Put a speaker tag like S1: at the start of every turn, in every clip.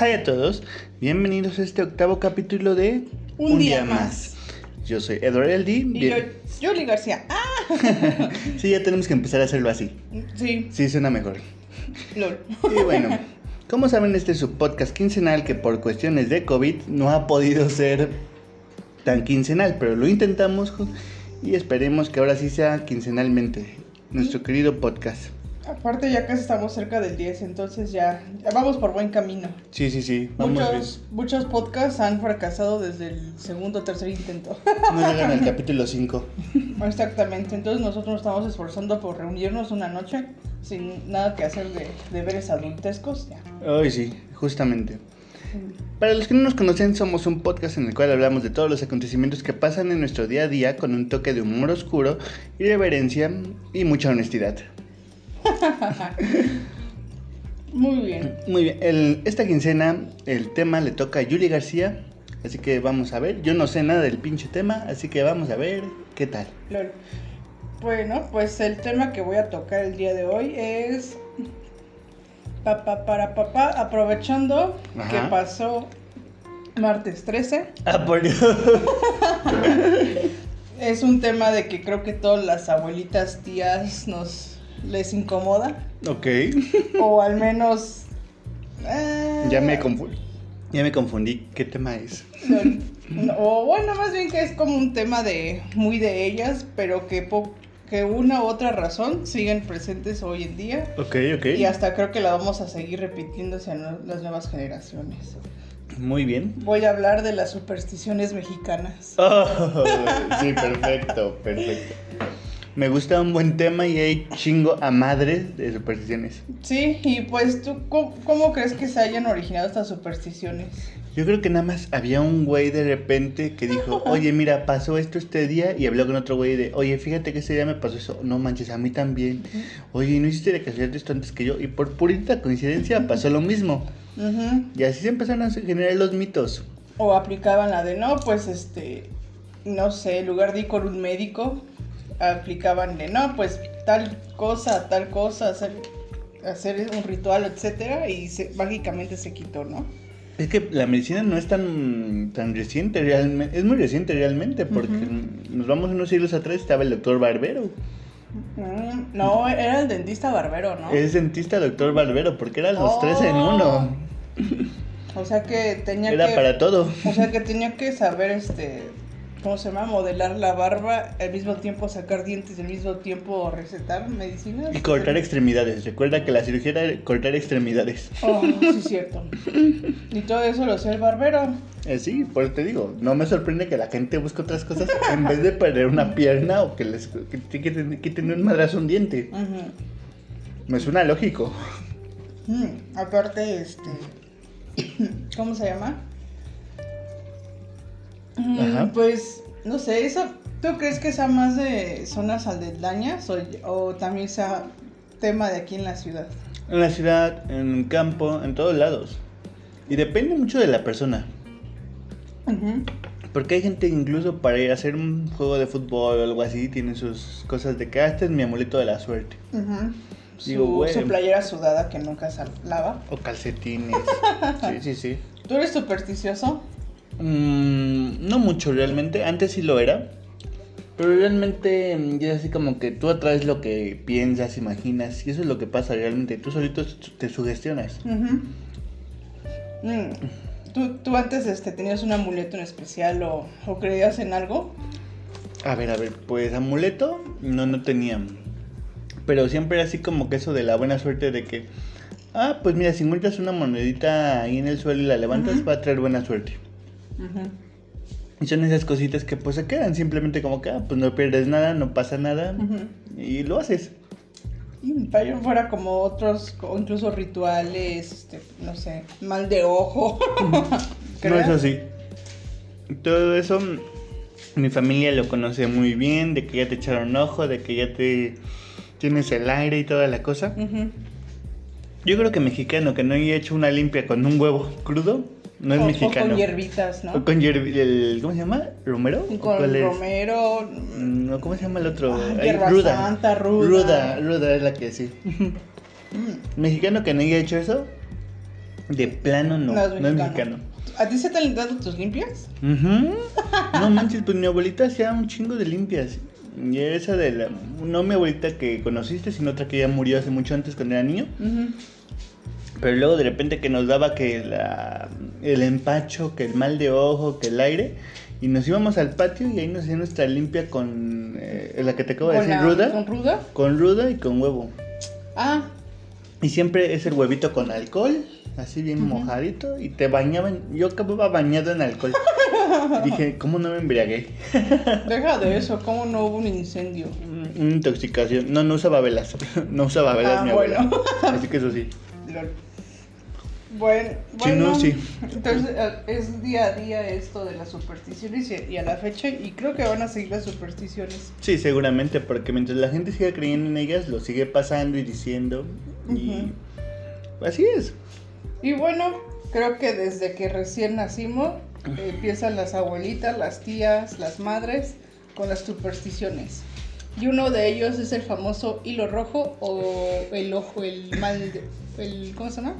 S1: Hi a todos, bienvenidos a este octavo capítulo de
S2: Un día más.
S1: Yo soy Edward Eldi.
S2: Y yo,
S1: bien-
S2: Yoli García. Ah,
S1: Sí, ya tenemos que empezar a hacerlo así.
S2: sí,
S1: Sí, suena mejor.
S2: lol.
S1: Y bueno, como saben, este es su podcast quincenal que por cuestiones de COVID no ha podido ser tan quincenal, pero lo intentamos jo- y esperemos que ahora sí sea quincenalmente
S2: Mm.
S1: nuestro querido podcast.
S2: Aparte ya casi estamos cerca del 10, entonces ya, ya vamos por buen camino.
S1: Sí, sí, sí, vamos
S2: muchos, muchos podcasts han fracasado desde el segundo o tercer intento.
S1: bien. No llegan al capítulo 5.
S2: Exactamente, entonces nosotros nos estamos esforzando por reunirnos una noche sin nada que hacer de deberes adultescos. Ya.
S1: Ay, sí, justamente. Para los que no nos conocen, somos un podcast en el cual hablamos de todos los acontecimientos que pasan en nuestro día a día con un toque de humor oscuro, irreverencia y mucha honestidad.
S2: Muy bien.
S1: Muy bien, el- esta quincena el tema le toca a Yuli García, así que vamos a ver. Yo no sé nada del pinche tema, así que vamos a ver qué tal.
S2: Lol. Bueno, pues el tema que voy a tocar el día de hoy es pa, pa, para papá, aprovechando
S1: Ajá.
S2: que pasó martes 13.
S1: Ah, por Dios.
S2: Es un tema de que creo que todas las abuelitas, tías nos les incomoda
S1: Ok,
S2: o al menos eh,
S1: ya me, confu- ya me confundí. ¿Qué tema es?
S2: Lol. No, O bueno, más bien que es como un tema de muy de ellas, pero que po- que una u otra razón siguen presentes hoy en día
S1: Ok, ok.
S2: Y hasta creo que la vamos a seguir repitiendo hacia nue- las nuevas generaciones.
S1: Muy bien.
S2: Voy a hablar de las supersticiones mexicanas.
S1: Oh, sí, perfecto, perfecto. Me gusta un buen tema y hay chingo a madres de supersticiones.
S2: Sí, y pues tú, ¿cómo, cómo crees que se hayan originado estas supersticiones?
S1: Yo creo que nada más había un güey de repente que dijo, oye, mira, pasó esto este día y habló con otro güey de, oye, fíjate que ese día me pasó eso, no manches, a mí también. Oye, ¿no hiciste de casualidad esto antes que yo? Y por purita coincidencia pasó lo mismo.
S2: Ujú.
S1: Y así se empezaron a generar los mitos.
S2: O aplicaban la de no, pues este, no sé, en lugar de ir con un médico, aplicaban de no, pues tal cosa, tal cosa, hacer, hacer un ritual, etcétera, y se- mágicamente se quitó, ¿no?
S1: Es que la medicina no es tan, tan reciente realmente, es muy reciente realmente, porque nos vamos unos siglos atrás, estaba el doctor Barbero.
S2: Mm, No, era el dentista barbero, ¿no?
S1: Es dentista doctor Barbero, porque eran los
S2: Oh.
S1: tres en uno.
S2: O sea que tenía
S1: Era
S2: que...
S1: para todo.
S2: O sea que tenía que saber, este, ¿cómo se llama? Modelar la barba, al mismo tiempo sacar dientes, al mismo tiempo recetar medicinas.
S1: Y cortar extremidades. Recuerda que la cirugía era cortar extremidades.
S2: Oh, sí, es cierto. Y todo eso lo hacía el barbero.
S1: Eh, sí, por eso te digo, no me sorprende que la gente busque otras cosas en vez de perder una pierna o que les que, que- que- que tener un madrazo un diente.
S2: Ujú.
S1: Me suena lógico.
S2: Mm, aparte, este, ¿cómo se llama? Mm,
S1: Ajá.
S2: Pues, no sé, eso, ¿tú crees que sea más de zonas aldedañas o, o también sea tema de aquí en la ciudad?
S1: En la ciudad, en el campo, en todos lados. Y depende mucho de la persona.
S2: Ujú.
S1: Porque hay gente que incluso para ir a hacer un juego de fútbol o algo así, tiene sus cosas de que "Ah, este es mi amuleto de la suerte.
S2: Ujú.
S1: Digo,
S2: su,
S1: güey.
S2: su playera sudada que nunca se lava.
S1: O calcetines. Sí, sí, sí.
S2: ¿Tú eres supersticioso?
S1: Mm, no mucho realmente, antes sí lo era. Pero realmente mm, ya es así como que tú atraes lo que piensas, imaginas, y eso es lo que pasa realmente. Tú solito su- te sugestionas.
S2: Ujú. Mm. ¿Tú, tú antes este, tenías un amuleto en especial o, o creías en algo?
S1: A ver, a ver, pues amuleto no, no tenía. Pero siempre era así como que eso de la buena suerte de que, ah, pues mira, si encuentras una monedita ahí en el suelo y la levantas,
S2: Ujú.
S1: va a traer buena suerte.
S2: Ujú.
S1: Y son esas cositas que pues se quedan simplemente como que, ah, pues no pierdes nada, no pasa nada,
S2: Ujú.
S1: y lo haces.
S2: Mm, Para yo fuera como otros, o incluso rituales, este, no sé, mal de ojo.
S1: No
S2: ¿Crees?
S1: es así. Todo eso mm, mi familia lo conoce muy bien, de que ya te echaron ojo, de que ya te tienes el aire y toda la cosa.
S2: Ujú.
S1: Yo creo que mexicano que no haya hecho una limpia con un huevo crudo no es
S2: O- o
S1: mexicano.
S2: con hierbitas, ¿no?
S1: O con hierbi- el- ¿cómo se llama? ¿Romero?
S2: Y
S1: ¿O
S2: Con
S1: cuál es?
S2: romero.
S1: Mm, no, ¿Cómo se llama el otro?
S2: Ah,
S1: Ay,
S2: hierba santa, ruda.
S1: Ruda, ruda es la que sí.
S2: Mm.
S1: Mexicano que no haya hecho eso De plano no.
S2: No es
S1: No es
S2: mexicano.
S1: mexicano.
S2: ¿A ti se te han dado tus limpias?
S1: Ujú. No manches, pues mi abuelita hacía un chingo de limpias. Y esa de la. No mi abuelita que conociste, sino otra que ya murió hace mucho antes cuando era niño. Pero luego de repente que nos daba que la, el empacho, que el mal de ojo, que el aire. Y nos íbamos al patio y ahí nos hacía nuestra limpia con eh, la que te acabo de
S2: Con
S1: decir,
S2: la-
S1: ruda.
S2: ¿Con ruda?
S1: Con ruda y con huevo.
S2: Ah,
S1: Y siempre es el huevito con alcohol, así bien mojadito. Y te bañaban. Yo acababa bañado en alcohol. Y dije, ¿cómo no me embriagué?
S2: deja de eso, ¿cómo no hubo un incendio?
S1: Mm, Una intoxicación. No, no usaba velas. No usaba velas,
S2: Ah,
S1: mi abuela.
S2: bueno.
S1: Así que eso sí.
S2: Lol. Bueno, bueno,
S1: no, sí.
S2: entonces eh, es día a día esto de las supersticiones y- y a la fecha, y creo que van a seguir las supersticiones.
S1: Sí, seguramente, porque mientras la gente siga creyendo en ellas, lo sigue pasando y diciendo. Y así es.
S2: Y bueno, creo que desde que recién nacimos eh, empiezan las abuelitas, las tías, las madres con las supersticiones. Y uno de ellos es el famoso hilo rojo o el ojo, el mal, de- el, ¿cómo se llama?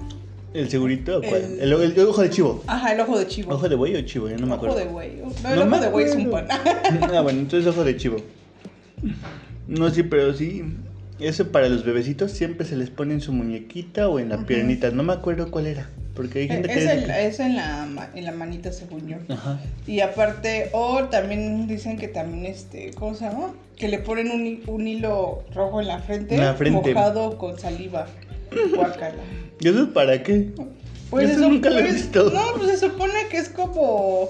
S1: ¿El segurito o cuál? El,
S2: El-
S1: el ojo de chivo.
S2: Ajá, el ojo de chivo.
S1: ¿Ojo de buey o chivo? Ya no me
S2: Ojo
S1: acuerdo.
S2: de güey. No,
S1: No
S2: el
S1: me
S2: ojo de güey es un pan.
S1: acuerdo. Ah, bueno, entonces ojo de chivo. No, sí, pero sí. Eso para los bebecitos siempre se les pone en su muñequita o en la
S2: Ujú.
S1: piernita. No me acuerdo cuál era. Porque hay gente que.
S2: Eh,
S1: Ah.
S2: es
S1: dice
S2: el- es en la, ma- en la manita, según yo.
S1: que- Ajá.
S2: Y aparte, o también dicen que también, este, ¿cómo se llama? Que le ponen un, hi- un hilo rojo en la frente,
S1: En la frente.
S2: mojado con saliva. Guácala.
S1: ¿Y eso es para qué?
S2: se
S1: Eso nunca lo he
S2: supone-
S1: visto.
S2: No, pues se supone que es como.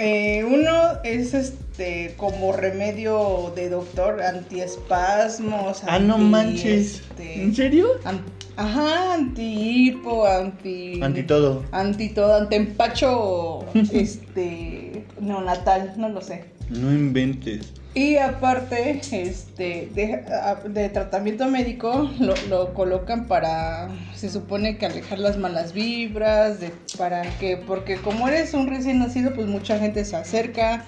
S2: eh, uno es este como remedio de doctor, antiespasmos.
S1: Ah, no
S2: anti,
S1: manches.
S2: este,
S1: ¿En serio?
S2: an- ajá, antihipo, anti.
S1: Anti todo.
S2: Anti todo, ante empacho este, neonatal, no lo sé.
S1: No inventes.
S2: Y aparte, este, de, a- de tratamiento médico lo, lo colocan para, se supone que alejar las malas vibras, de, para que, porque como eres un recién nacido, pues mucha gente se acerca,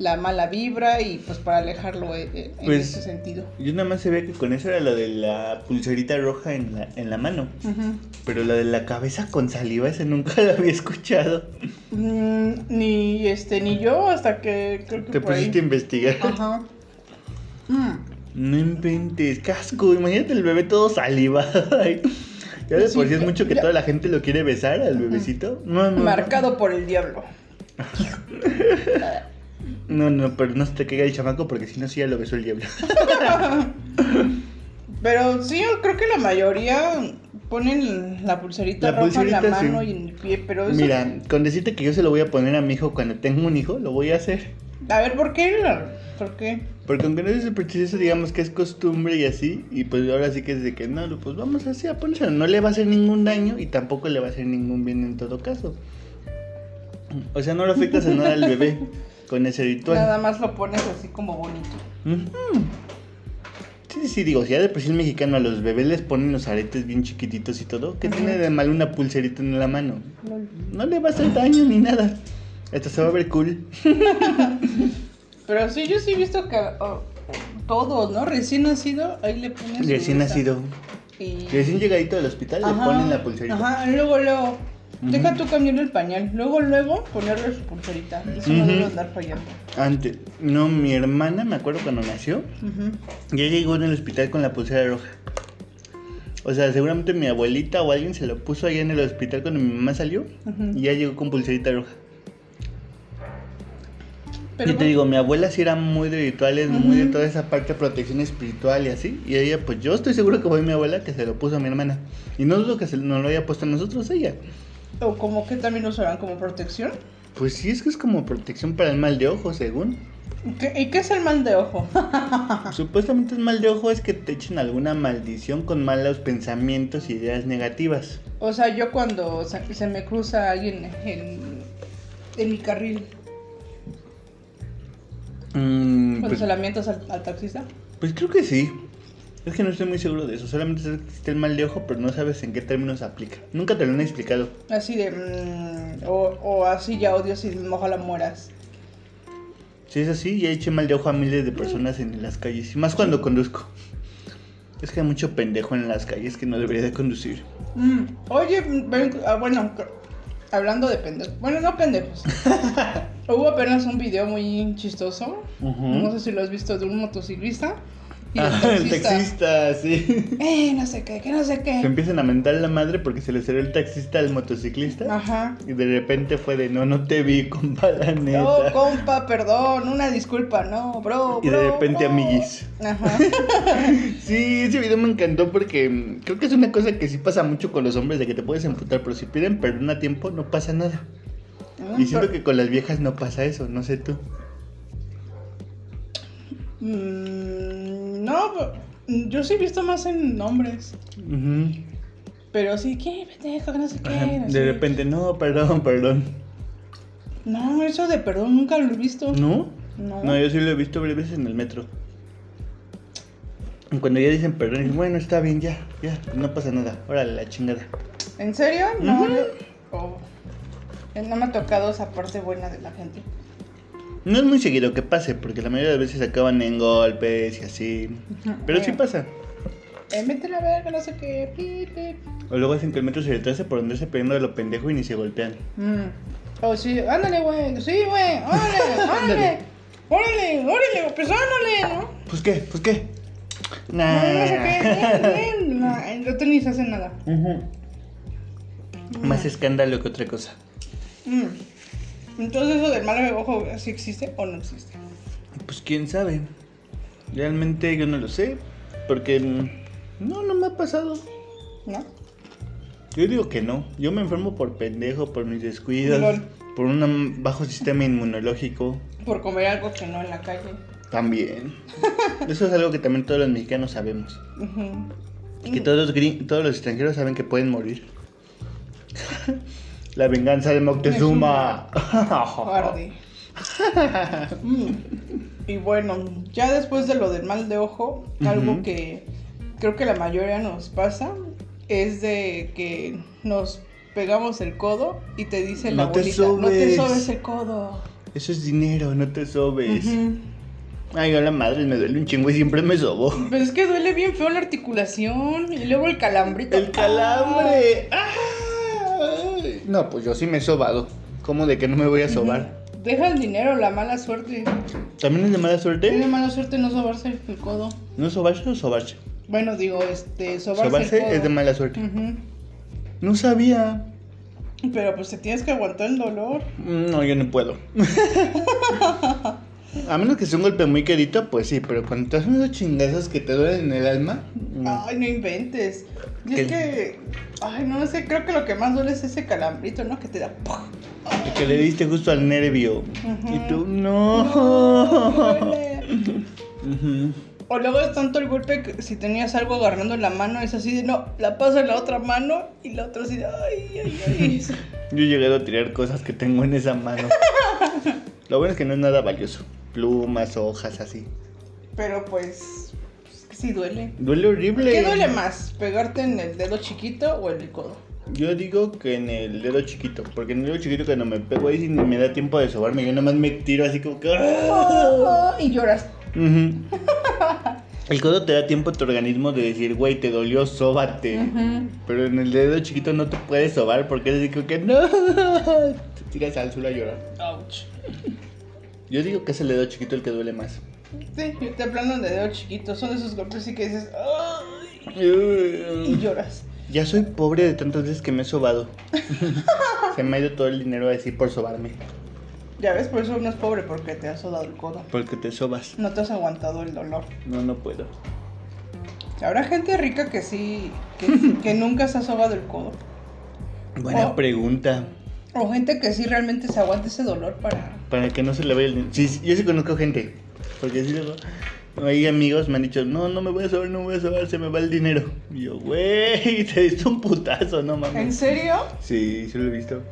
S2: la mala vibra y pues para alejarlo eh, eh, en
S1: Pues-
S2: ese sentido.
S1: Yo nada más sabía que con eso era lo de la pulserita roja en la, en la mano.
S2: Ujú.
S1: Pero la de la cabeza con saliva, esa nunca la había escuchado.
S2: Mm, ni este, ni yo hasta que creo que
S1: Te
S2: por ahí.
S1: pusiste a investigar.
S2: Ajá. Mm.
S1: No inventes, casco. Imagínate el bebé todo saliva. Ay, Ya de
S2: Sí,
S1: por sí es mucho que
S2: ya.
S1: toda la gente lo quiere besar al bebecito. No, no. no.
S2: Marcado por el diablo.
S1: No, no, pero no se te caiga el chamaco porque si no, sí ya lo besó el diablo.
S2: Pero sí, yo creo que la mayoría ponen la pulserita
S1: La
S2: roja en la
S1: pulserita, sí.
S2: mano y en el pie, pero eso...
S1: Mira, con decirte que yo se lo voy a poner a mi hijo cuando tenga un hijo, lo voy a hacer.
S2: A ver, ¿por qué? ¿Por qué?
S1: Porque aunque no es supersticioso, digamos que es costumbre y así, y pues ahora sí que es de que no, pues vamos así a ponérselo. No le va a hacer ningún daño y tampoco le va a hacer ningún bien en todo caso. O sea, no le afectas a nada al bebé con ese ritual.
S2: Nada más lo pones así como bonito.
S1: Ujú. Sí, sí, digo, si ya de por sí el mexicano a los bebés les ponen los aretes bien chiquititos y todo, ¿qué
S2: Ujú.
S1: tiene de mal una pulserita en la mano? No le va a hacer daño ni nada. Esto se va a ver cool.
S2: Pero sí, yo sí he visto que oh, todos, ¿no? Recién nacido, ahí le ponen su
S1: Recién
S2: esa.
S1: nacido.
S2: Y...
S1: Recién llegadito del hospital le
S2: Ajá,
S1: ponen la pulserita.
S2: Ajá, luego, luego. Deja
S1: Ujú.
S2: tú cambiarle el pañal. Luego, luego, ponerle su pulserita. Eso no
S1: Ujú.
S2: debe andar fallando.
S1: Antes, no, mi hermana, me acuerdo cuando nació,
S2: Ujú.
S1: ya llegó en el hospital con la pulsera roja. O sea, seguramente mi abuelita o alguien se lo puso allá en el hospital cuando mi mamá salió
S2: Ujú.
S1: y ya llegó con pulserita roja.
S2: Pero
S1: y te digo, mi abuela sí era muy de rituales, muy de
S2: Ujú.
S1: toda esa parte de protección espiritual y así. Y ella, pues yo estoy seguro que fue mi abuela que se lo puso a mi hermana. Y no dudo que se, nos lo haya puesto a nosotros ella.
S2: O como que también usarán como protección.
S1: Pues sí, es que es como protección para el mal de ojo, según.
S2: ¿Qué- ¿Y qué es el mal de ojo?
S1: Supuestamente el mal de ojo es que te echen alguna maldición con malos pensamientos y ideas negativas.
S2: o sea, yo cuando se, se me cruza alguien en, en mi carril,
S1: Mm,
S2: cuando
S1: pues,
S2: se la mientas al, al taxista.
S1: pues creo que sí. Es que no estoy muy seguro de eso. Solamente sé que existe el mal de ojo, pero no sabes en qué términos aplica. Nunca te lo han explicado.
S2: Así de. mm, o, o así ya odio si ojalá mueras.
S1: Si es así, ya eché mal de ojo a miles de personas en las calles. Y más cuando conduzco. Es que hay mucho pendejo en las calles que no debería de conducir.
S2: Mm, Oye, ven- ah, bueno, cr- hablando de pendejos. Bueno, no pendejos. Hubo apenas un video muy chistoso.
S1: Ujú.
S2: No sé si lo has visto de un motociclista. Y el
S1: Ah, el
S2: taxista.
S1: taxista, sí.
S2: Eh, no sé qué, que no sé
S1: Se
S2: qué.
S1: empiezan a mentar la madre porque se le cerró el taxista al motociclista.
S2: Ajá.
S1: Y de repente fue de no, no te vi, compa, la neta.
S2: No, compa, perdón, una disculpa, no, bro.
S1: Y de
S2: bro,
S1: repente,
S2: bro.
S1: amiguis.
S2: Ajá.
S1: Sí, ese video me encantó porque mm, creo que es una cosa que sí pasa mucho con los hombres de que te puedes emputar, pero si piden perdón a tiempo no pasa nada.
S2: Ah,
S1: Y siento que con las viejas no pasa eso, no sé tú.
S2: Mm, no, pero- yo sí he visto más en hombres.
S1: Ujú.
S2: Pero sí, ¿qué pendejo? Que No sé qué.
S1: Ajá,
S2: no sé.
S1: De repente, no, perdón, perdón.
S2: No, eso de perdón nunca lo he visto.
S1: ¿No?
S2: No.
S1: No, yo sí lo he visto varias veces en el metro. Y Cuando ya dicen perdón, dicen, bueno, está bien, ya, ya, no pasa nada. Órale, la chingada.
S2: ¿En serio? No.
S1: Ujú.
S2: yo- oh. Eh, No me ha tocado esa parte buena de la gente.
S1: No es muy seguido que pase, porque la mayoría de las veces acaban en golpes y así.
S2: Ujú.
S1: Pero sí
S2: Eh,
S1: pasa.
S2: Eh, vete a la verga, no sé qué. pi, pi.
S1: O luego hacen que el metro se retrase por andarse peleando de lo pendejo y ni se golpean.
S2: Mm. Oh, sí, ándale, güey. Sí, güey. Órale, órale. Órale, órale, pues ándale, ¿no?
S1: ¿Pues qué? ¿Pues qué? Ah.
S2: No, no sé
S1: Nah.
S2: qué. Bien, bien. No, el otro ni se hace nada.
S1: Ujú. Más escándalo que otra cosa.
S2: Mm. Entonces, eso del mal ojo, ¿sí existe o no existe?
S1: Pues quién sabe. Realmente yo no lo sé. Porque mm, no, no me ha pasado.
S2: ¿No?
S1: Yo digo que no. Yo me enfermo por pendejo, por mis descuidos,
S2: Lol.
S1: por un bajo sistema inmunológico.
S2: Por comer algo que no en la calle.
S1: También. Eso es algo que también todos los mexicanos sabemos.
S2: Ujú.
S1: Y que todos los, gri- todos los extranjeros saben que pueden morir. La venganza de Moctezuma.
S2: Cobarde. Mm. Y bueno, ya después de lo del mal de ojo, algo
S1: Ujú.
S2: que creo que la mayoría nos pasa es de que nos pegamos el codo y te dice la
S1: No te
S2: abuelita, no
S1: sobes".
S2: te sobes el codo.
S1: Eso es dinero, no te sobes.
S2: Ujú.
S1: Ay, a la madre, me duele un chingo y siempre me sobo.
S2: Pero Pues es que duele bien feo la articulación y luego el calambrito.
S1: El calambre.
S2: Ah.
S1: Ay. No, pues yo sí me he sobado. ¿Cómo de que no me voy a sobar?
S2: Ah, Deja el dinero, la mala suerte.
S1: ¿También es de mala
S2: Tiene
S1: suerte?
S2: mala suerte no sobarse el codo.
S1: ¿No sobarse o sobarse?
S2: Bueno, digo, este, sobarse, el codo.
S1: Sobarse es de mala suerte.
S2: Ujú.
S1: No sabía.
S2: Pero pues te tienes que aguantar el dolor.
S1: No, yo no puedo. A menos que sea un golpe muy querido, pues sí, pero cuando te hacen esos chingazos que te duelen en el alma, no.
S2: Ay, no inventes. Y
S1: ¿Qué?
S2: es que. Ay, no sé, creo que lo que más duele es ese calambrito, ¿no? Que te da. ¡pum!
S1: que le diste justo al nervio.
S2: Ujú.
S1: Y tú, no.
S2: Duele.
S1: Ujú.
S2: O luego es tanto el golpe que si tenías algo agarrando en la mano, es así de no, la paso en la otra mano y la otra así de ay, ay, ay.
S1: Yo he llegado a tirar cosas que tengo en esa mano. Lo bueno es que no es nada valioso. Plumas, hojas, así.
S2: Pero pues. Es que sí duele.
S1: Duele horrible.
S2: ¿Qué duele más? ¿Pegarte en el dedo chiquito o en el codo?
S1: Yo digo que en el dedo chiquito, porque en el dedo chiquito cuando me pego ahí ni me da tiempo de sobarme, yo nomás me tiro así como que... ¡ah!
S2: Oh, y lloras.
S1: Ujú. El codo te da tiempo a tu organismo de decir, güey, te dolió, sóbate.
S2: Ujú.
S1: Pero en el dedo chiquito no te puedes sobar porque es así como que no. Te tiras al suelo a llorar.
S2: Ouch.
S1: Yo digo que es el dedo chiquito el que duele más.
S2: Sí, yo te plano de dedo chiquito. Son esos golpes y que dices, ¡ay! Y lloras.
S1: Ya soy pobre de tantas veces que me he sobado. Se me ha ido todo el dinero así por sobarme.
S2: Ya ves, por eso no es pobre, porque te has sudado el codo.
S1: Porque te sobas.
S2: No te has aguantado el dolor.
S1: No, no puedo.
S2: Habrá gente rica que sí, que, que nunca se ha sobado el codo.
S1: Buena
S2: Oh.
S1: pregunta.
S2: O gente que sí realmente se aguanta ese dolor para.
S1: Para que no se le vaya el dinero. Sí, sí, yo sí conozco gente. Porque sí luego. Hay amigos me han dicho, no, no me voy a sobar, no me voy a sobar, se me va el dinero. Y yo, güey, te diste un putazo, no
S2: ¿En
S1: mames.
S2: serio?
S1: Sí, sí lo he visto.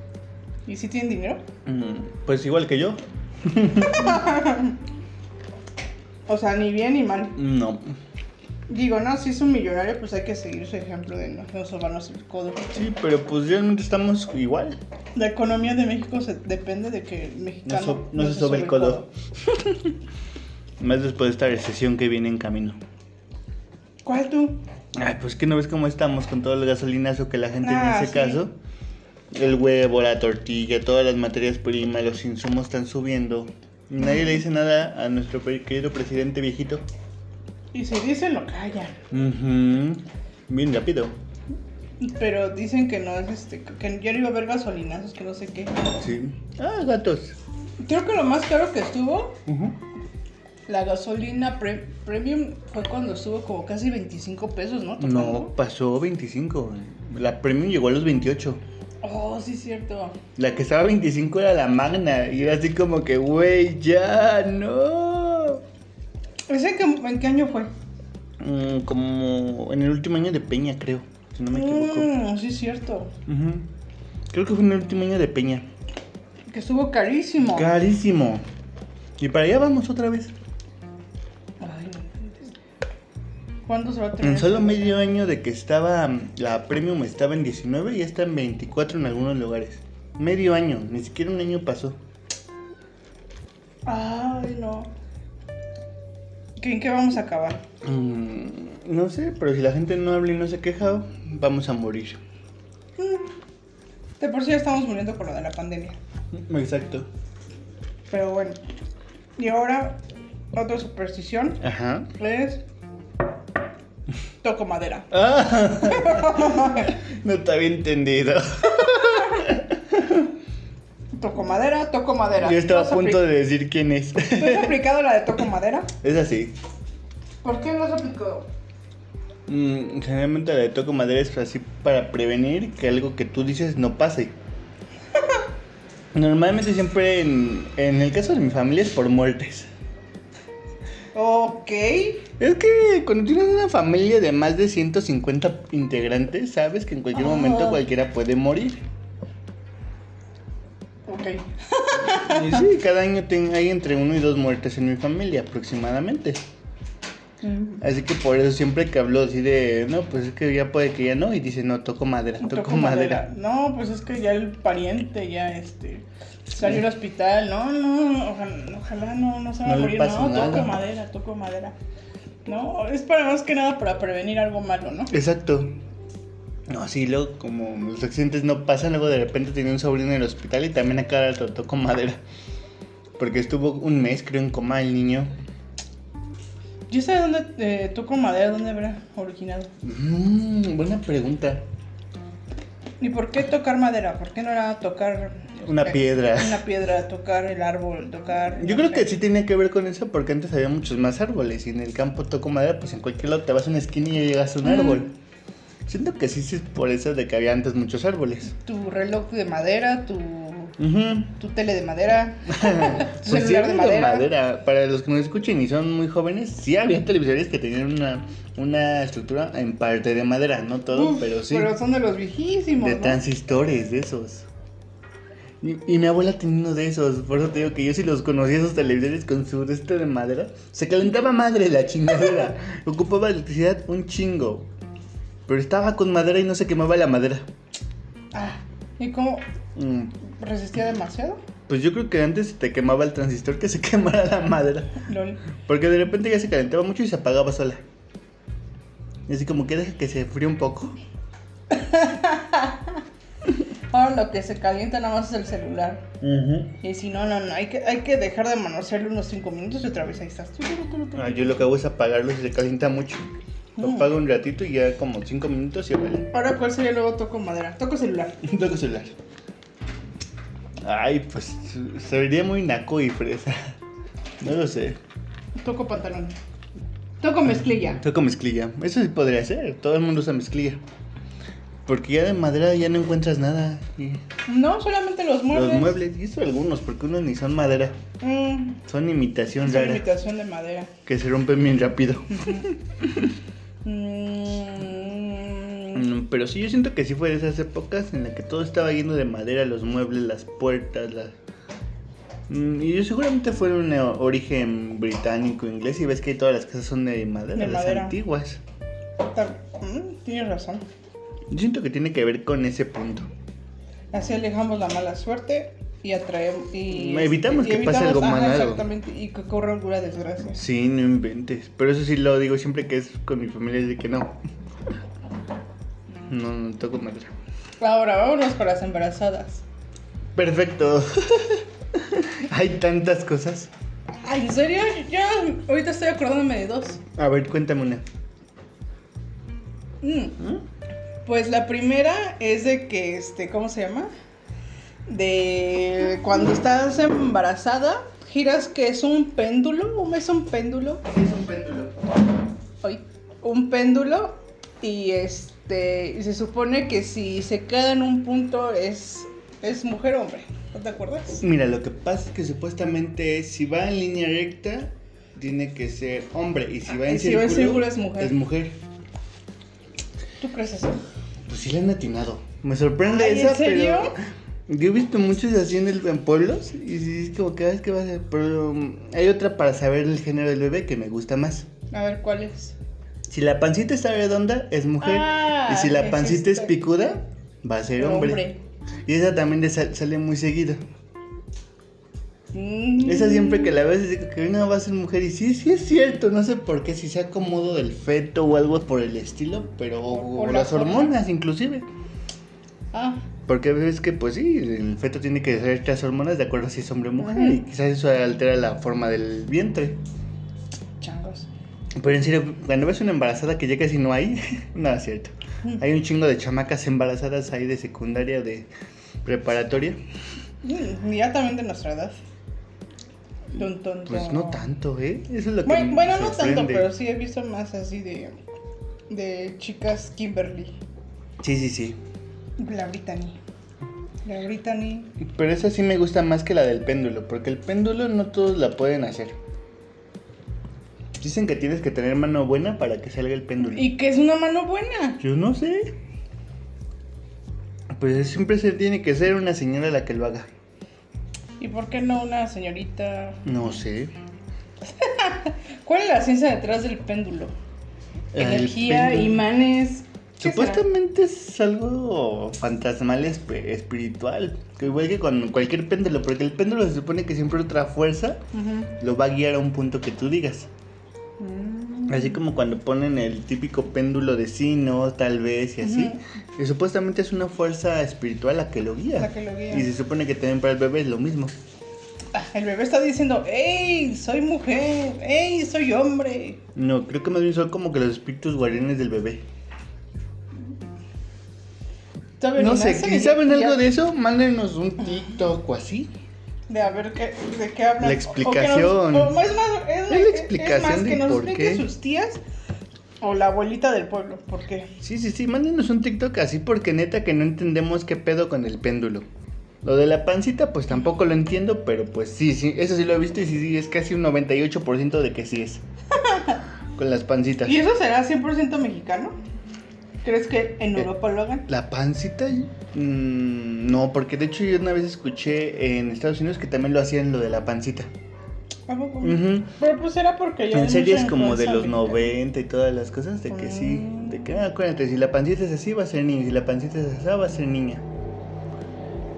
S2: ¿Y si tienen dinero?
S1: Mm, Pues igual que yo.
S2: O sea, ni bien ni mal.
S1: No.
S2: Digo, no, si es un millonario, pues hay que seguir su ejemplo de no, no sobarnos el codo.
S1: Sí, pero pues realmente estamos igual.
S2: La economía de México se- depende de que el
S1: No,
S2: mexicano.
S1: so- no se sobe el codo. Más después de esta recesión que viene en camino.
S2: ¿Cuál tú?
S1: Ay, pues que no ves cómo estamos con todo el gasolinazo que la gente
S2: Ah,
S1: en ese
S2: sí.
S1: caso. El huevo, la tortilla, todas las materias primas, los insumos están subiendo. Y Nadie le dice nada a nuestro pe- querido presidente viejito.
S2: Y si dicen lo callan.
S1: Ujú, Bien rápido.
S2: Pero dicen que no es este, que ya no iba a haber gasolinazos, que no sé qué.
S1: Sí. Ah, gatos.
S2: Creo que lo más caro que estuvo,
S1: Ujú.
S2: la gasolina pre- premium fue cuando estuvo como casi 25 pesos, ¿no?
S1: No, pasó 25. La premium llegó a los 28.
S2: Oh, sí, cierto.
S1: La que estaba a 25 era la magna. Y era así como que, güey, ya, no.
S2: ¿Ese que, en qué año fue?
S1: Mm, como en el último año de Peña, creo. Si no me equivoco.
S2: Mm, sí, cierto.
S1: Ujú. Creo que fue en el último año de Peña.
S2: Que estuvo carísimo.
S1: Carísimo. Y para allá vamos otra vez.
S2: Ay, no inventes. ¿Cuándo se va a terminar?
S1: En solo
S2: este-
S1: medio año de que estaba mm, la Premium estaba en 19 y está en 24 en algunos lugares. Medio año, ni siquiera un año pasó.
S2: Ay, no. ¿Qué- ¿En qué vamos a acabar?
S1: Mm, no sé, pero si la gente no habla y no se queja, vamos a morir.
S2: Mm. De por sí ya estamos muriendo por lo de la pandemia.
S1: Exacto.
S2: Pero bueno. Y ahora, otra superstición
S1: Ajá.
S2: es. Toco madera.
S1: Ah, no está bien entendido.
S2: Toco madera, toco madera.
S1: Yo estaba
S2: ¿Tú
S1: a
S2: has
S1: punto
S2: apli-
S1: de decir quién es.
S2: ¿Tú has aplicado la de toco madera?
S1: es así.
S2: ¿Por qué no has aplicado?
S1: Mm, generalmente la de toco madera es así para prevenir que algo que tú dices no pase. Normalmente siempre en, en el caso de mi familia es por muertes.
S2: Ok.
S1: Es que cuando tienes una familia de más de 150 integrantes, sabes que en cualquier momento
S2: Ah.
S1: cualquiera puede morir.
S2: Ok.
S1: Y sí, cada año ten- hay entre uno y dos muertes en mi familia aproximadamente.
S2: Mm,
S1: Así que por eso siempre que hablo así de, no, pues es que ya puede que ya no, y dice, no, toco madera, toco, madera.
S2: No, pues es que ya el pariente ya este salió del hospital. No, no, ojalá, ojalá no, no se va
S1: No
S2: a
S1: le
S2: morir.
S1: pase
S2: No,
S1: nada.
S2: toco madera, toco madera. No, es para más que nada para prevenir algo malo, ¿no?
S1: Exacto. No, sí, luego como los accidentes no pasan, luego de repente tenía un sobrino en el hospital y también acá la trató con madera. Porque estuvo un mes, creo, en coma el niño.
S2: Yo sé dónde eh, toco madera, dónde habrá originado.
S1: Mm, buena pregunta.
S2: ¿Y por qué tocar madera? ¿Por qué no era tocar
S1: Una
S2: eh,
S1: piedra.
S2: Una piedra, tocar el árbol, tocar.
S1: Yo
S2: no
S1: creo
S2: sé.
S1: que sí tenía que ver con eso porque antes había muchos más árboles y en el campo toco madera, pues en cualquier lado te vas a una esquina y ya llegas a un
S2: Mm.
S1: árbol. Siento que sí, sí es por eso de que había antes muchos árboles.
S2: Tu reloj de madera, tu,
S1: Ujú.
S2: tu tele de madera.
S1: Pues sí
S2: celular de
S1: había de
S2: madera.
S1: madera. Para los que nos escuchen y son muy jóvenes, sí había televisores que tenían una, una estructura en parte de madera, no todo,
S2: Uf,
S1: pero sí.
S2: Pero son de los viejísimos.
S1: de
S2: ¿no?
S1: transistores, de esos. Y, y mi abuela tenía uno de esos, por eso te digo que yo si los conocía esos televisores con su de este de madera, se calentaba madre la chingadera. Ocupaba electricidad un chingo. Pero estaba con madera y no se quemaba la madera.
S2: Ah, ¿y cómo
S1: Mm,
S2: resistía demasiado?
S1: Pues yo creo que antes te quemaba el transistor que se quemara la madera.
S2: Lol.
S1: Porque de repente ya se calentaba mucho y se apagaba sola. Y así como que deja que se fríe un poco.
S2: Ahora lo que se calienta nada más es el celular. Y si no, no, no, hay que, hay que dejar de manosearlo unos 5 minutos y otra vez ahí estás.
S1: Ah, yo lo que hago es apagarlo si se calienta mucho. Lo
S2: Mm.
S1: apago un ratito y ya como 5 minutos y vale.
S2: Ahora, ¿cuál sería luego toco madera? Toco celular.
S1: Toco celular. Ay, pues se vería muy naco y fresa. No lo sé.
S2: Toco pantalón. Toco mezclilla.
S1: Toco mezclilla. Eso sí podría ser. Todo el mundo usa mezclilla. Porque ya de madera ya no encuentras nada. Y
S2: No, solamente los muebles.
S1: los muebles, y eso algunos, porque unos ni son madera.
S2: Mm,
S1: Son imitación
S2: es una
S1: rara.
S2: imitación de madera.
S1: Que se rompen bien rápido.
S2: Mm,
S1: Mm, Pero sí, yo siento que sí fue de esas épocas en las que todo estaba lleno de madera, los muebles, las puertas, las... Mm, Y yo seguramente fue de un eh, origen británico, inglés, y ves que todas las casas son de madera,
S2: De
S1: las
S2: madera.
S1: antiguas.
S2: tal- mm, tienes razón.
S1: Yo siento que tiene que ver con ese punto.
S2: Así alejamos la mala suerte y atraemos. Y,
S1: Evitamos que pase algo
S2: ajá,
S1: malo.
S2: Exactamente, y que ocurra alguna desgracia.
S1: Sí, no inventes. Pero eso sí lo digo siempre que es con mi familia, es de que no. No, no toco madera.
S2: Ahora, vámonos con las embarazadas.
S1: Perfecto. Hay tantas cosas.
S2: Ay, ¿en serio? Ya, ahorita estoy acordándome de dos.
S1: A ver, cuéntame una.
S2: Mm, Pues la primera es de que, este, ¿cómo se llama? De cuando estás embarazada, giras que es un péndulo, es un péndulo,
S1: Es un péndulo.
S2: ay, un péndulo y este, y se supone que si se queda en un punto es, es mujer o hombre, ¿no te acuerdas?
S1: Mira, lo que pasa es que supuestamente es, si va en línea recta, tiene que ser hombre. Y si va
S2: Ah,
S1: en,
S2: y si va en círculo, es mujer.
S1: Es mujer.
S2: ¿Tú crees eso?
S1: Pues sí le han atinado. Me sorprende
S2: Ay, ¿en
S1: esa,
S2: serio?
S1: pero. Yo he visto muchos así en, el- en pueblos y sí, es como cada vez que va a ser. Pero um, hay otra para saber el género del bebé que me gusta más.
S2: A ver, ¿cuál es?
S1: Si la pancita está redonda, es mujer.
S2: Ah,
S1: y si la
S2: es
S1: pancita es
S2: este.
S1: picuda, va a ser hombre. Y esa también le sal- sale muy seguido.
S2: Mm.
S1: Esa siempre que la ves digo que no va a ser mujer. Y sí, sí es cierto. No sé por qué, si sea acomodo del feto o algo por el estilo, pero. O,
S2: O la
S1: las
S2: hormona.
S1: hormonas, inclusive.
S2: Ah,
S1: Porque ves que, pues sí, el feto tiene que ser estas hormonas de acuerdo a si es hombre o mujer.
S2: Ajá.
S1: Y quizás eso altera la forma del vientre.
S2: changos.
S1: Pero en serio, cuando ves una embarazada que ya casi no hay, no es cierto. Hay un chingo de chamacas embarazadas ahí de secundaria, de preparatoria.
S2: Mm, Ya también de nuestra edad. Tun, tun,
S1: Pues
S2: tun.
S1: no tanto, ¿eh? Eso es lo que
S2: Bueno,
S1: me
S2: bueno, no tanto,
S1: sorprende.
S2: pero sí he visto más así de, de chicas Kimberly.
S1: Sí, sí, sí.
S2: La Brittany. La Brittany.
S1: Pero esa sí me gusta más que la del péndulo, porque el péndulo no todos la pueden hacer. Dicen que tienes que tener mano buena para que salga el péndulo.
S2: Y que es una mano buena.
S1: Yo no sé. Pues siempre se tiene que ser una señora la que lo haga.
S2: ¿Y por qué no una señorita?
S1: No sé.
S2: ¿Cuál es la ciencia detrás del péndulo?
S1: Ah, El
S2: Energía,
S1: péndulo.
S2: imanes. ¿qué
S1: Supuestamente es algo fantasmal esp- espiritual. Que igual que con cualquier péndulo, porque el péndulo se supone que siempre otra fuerza
S2: será? Ujú.
S1: lo va a guiar a un punto que tú digas.
S2: Mm.
S1: Así como cuando ponen el típico péndulo de sí, no, tal vez y así. Y supuestamente es una fuerza espiritual la que lo guía.
S2: La que lo guía.
S1: Y se supone que también para el bebé es lo mismo.
S2: Ah, El bebé está diciendo, ¡Ey! Soy mujer, ¡Ey! Soy hombre.
S1: No, creo que más bien son como que los espíritus guardianes del bebé.
S2: Todavía
S1: No
S2: ni
S1: sé,
S2: nacen
S1: si
S2: y
S1: saben
S2: ya-
S1: algo de eso, mándenos un
S2: Ah.
S1: TikTok o así.
S2: De a ver qué, de qué hablan.
S1: La
S2: O- o que
S1: explicación.
S2: nos- o más, más- es,
S1: Es la
S2: es-
S1: explicación
S2: es más
S1: de
S2: que nos
S1: por
S2: explique
S1: qué.
S2: sus tías o la abuelita del pueblo. ¿Por qué?
S1: Sí, sí, sí, mándenos un TikTok así porque neta que no entendemos qué pedo con el péndulo. Lo de la pancita, pues tampoco lo entiendo, pero pues sí, sí, eso sí lo he visto y sí, sí, es casi un 98% de que sí es. con las pancitas.
S2: ¿Y eso será 100% mexicano? ¿Crees que
S1: Eh.
S2: en Europa lo hagan?
S1: La pancita, mm, no, porque de hecho yo una vez escuché en Estados Unidos que también lo hacían lo de la pancita.
S2: ¿A poco?
S1: Ujú.
S2: Pero pues era porque ya. hay
S1: En series
S2: mucha
S1: como de los
S2: influencia mexicana.
S1: 90 y todas las cosas, de que sí, de que ah, acuérdate, si la pancita es así va a ser niña, si la pancita es así va a ser niña.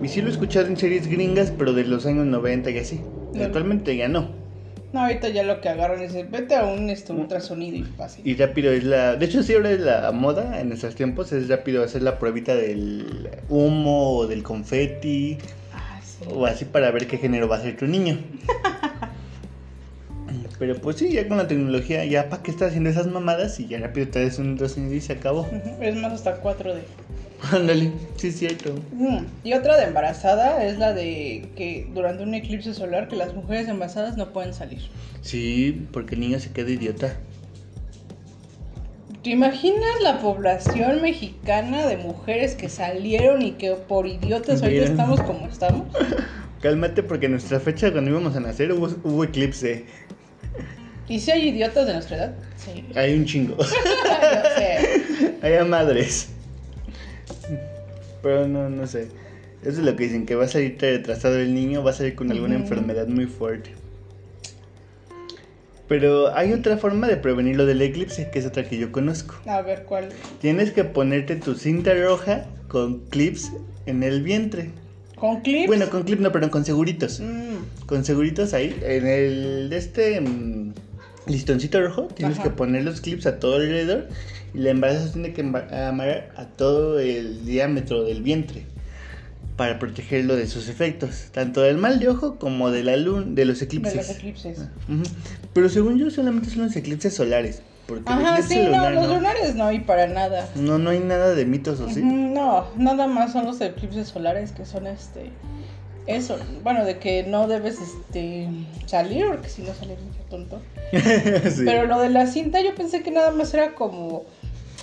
S1: Y sí lo he escuchado en series gringas, pero de los años 90 y así.
S2: Claro.
S1: Actualmente ya no.
S2: No, ahorita ya lo que agarran es el vete a un este, ultrasonido y fácil.
S1: Y rápido es la. De hecho, sí, ahora es la moda en nuestros tiempos, es rápido hacer la pruebita del humo o del confeti
S2: Ah, sí.
S1: o así para ver qué género va a ser tu niño. Pero pues sí, ya con la tecnología, ya para qué estás haciendo esas mamadas y ya rápido te das un dos y se acabó.
S2: Ujú, Es más, hasta 4D.
S1: Ándale, sí es cierto.
S2: Mm, Y otra de embarazada es la de que durante un eclipse solar que las mujeres embarazadas no pueden salir.
S1: Sí, porque el niño se queda idiota.
S2: ¿Te imaginas la población mexicana de mujeres que salieron y que por idiotas ahorita
S1: Bien.
S2: estamos como estamos?
S1: Cálmate porque en nuestra fecha cuando íbamos a nacer hubo, hubo eclipse.
S2: ¿Y si hay idiotas de nuestra edad? Sí.
S1: Hay un chingo.
S2: Yo sé.
S1: Hay a madres. Pero no, no sé. Eso es lo que dicen, que va a salir retrasado el niño, va a salir con alguna
S2: Ujú.
S1: enfermedad muy fuerte. Pero hay otra forma de prevenir lo del eclipse, que es otra que yo conozco.
S2: A ver cuál.
S1: Tienes que ponerte tu cinta roja con clips en el vientre.
S2: ¿Con clips?
S1: Bueno, con clip no, perdón, con seguritos.
S2: Mm,
S1: Con seguritos ahí, en el de este mm, listoncito rojo, tienes
S2: Ajá.
S1: que poner los clips a todo alrededor y la embarazo tiene que emba- amarrar a todo el diámetro del vientre para protegerlo de sus efectos, tanto del mal de ojo como de la luna, de los
S2: de
S1: eclipses. Ah.
S2: los eclipses.
S1: Ujú. Pero según yo solamente son los eclipses solares, porque el
S2: Ajá,
S1: eclipse
S2: sí, no,
S1: lunar
S2: los
S1: no.
S2: lunares no, y para nada.
S1: No, no hay nada de mitos o sí.
S2: Ujú, No, nada más son los eclipses solares que son este. Eso, bueno, de que no debes este salir, porque si no sales mucho tonto.
S1: Sí.
S2: Pero lo de la cinta yo pensé que nada más era como.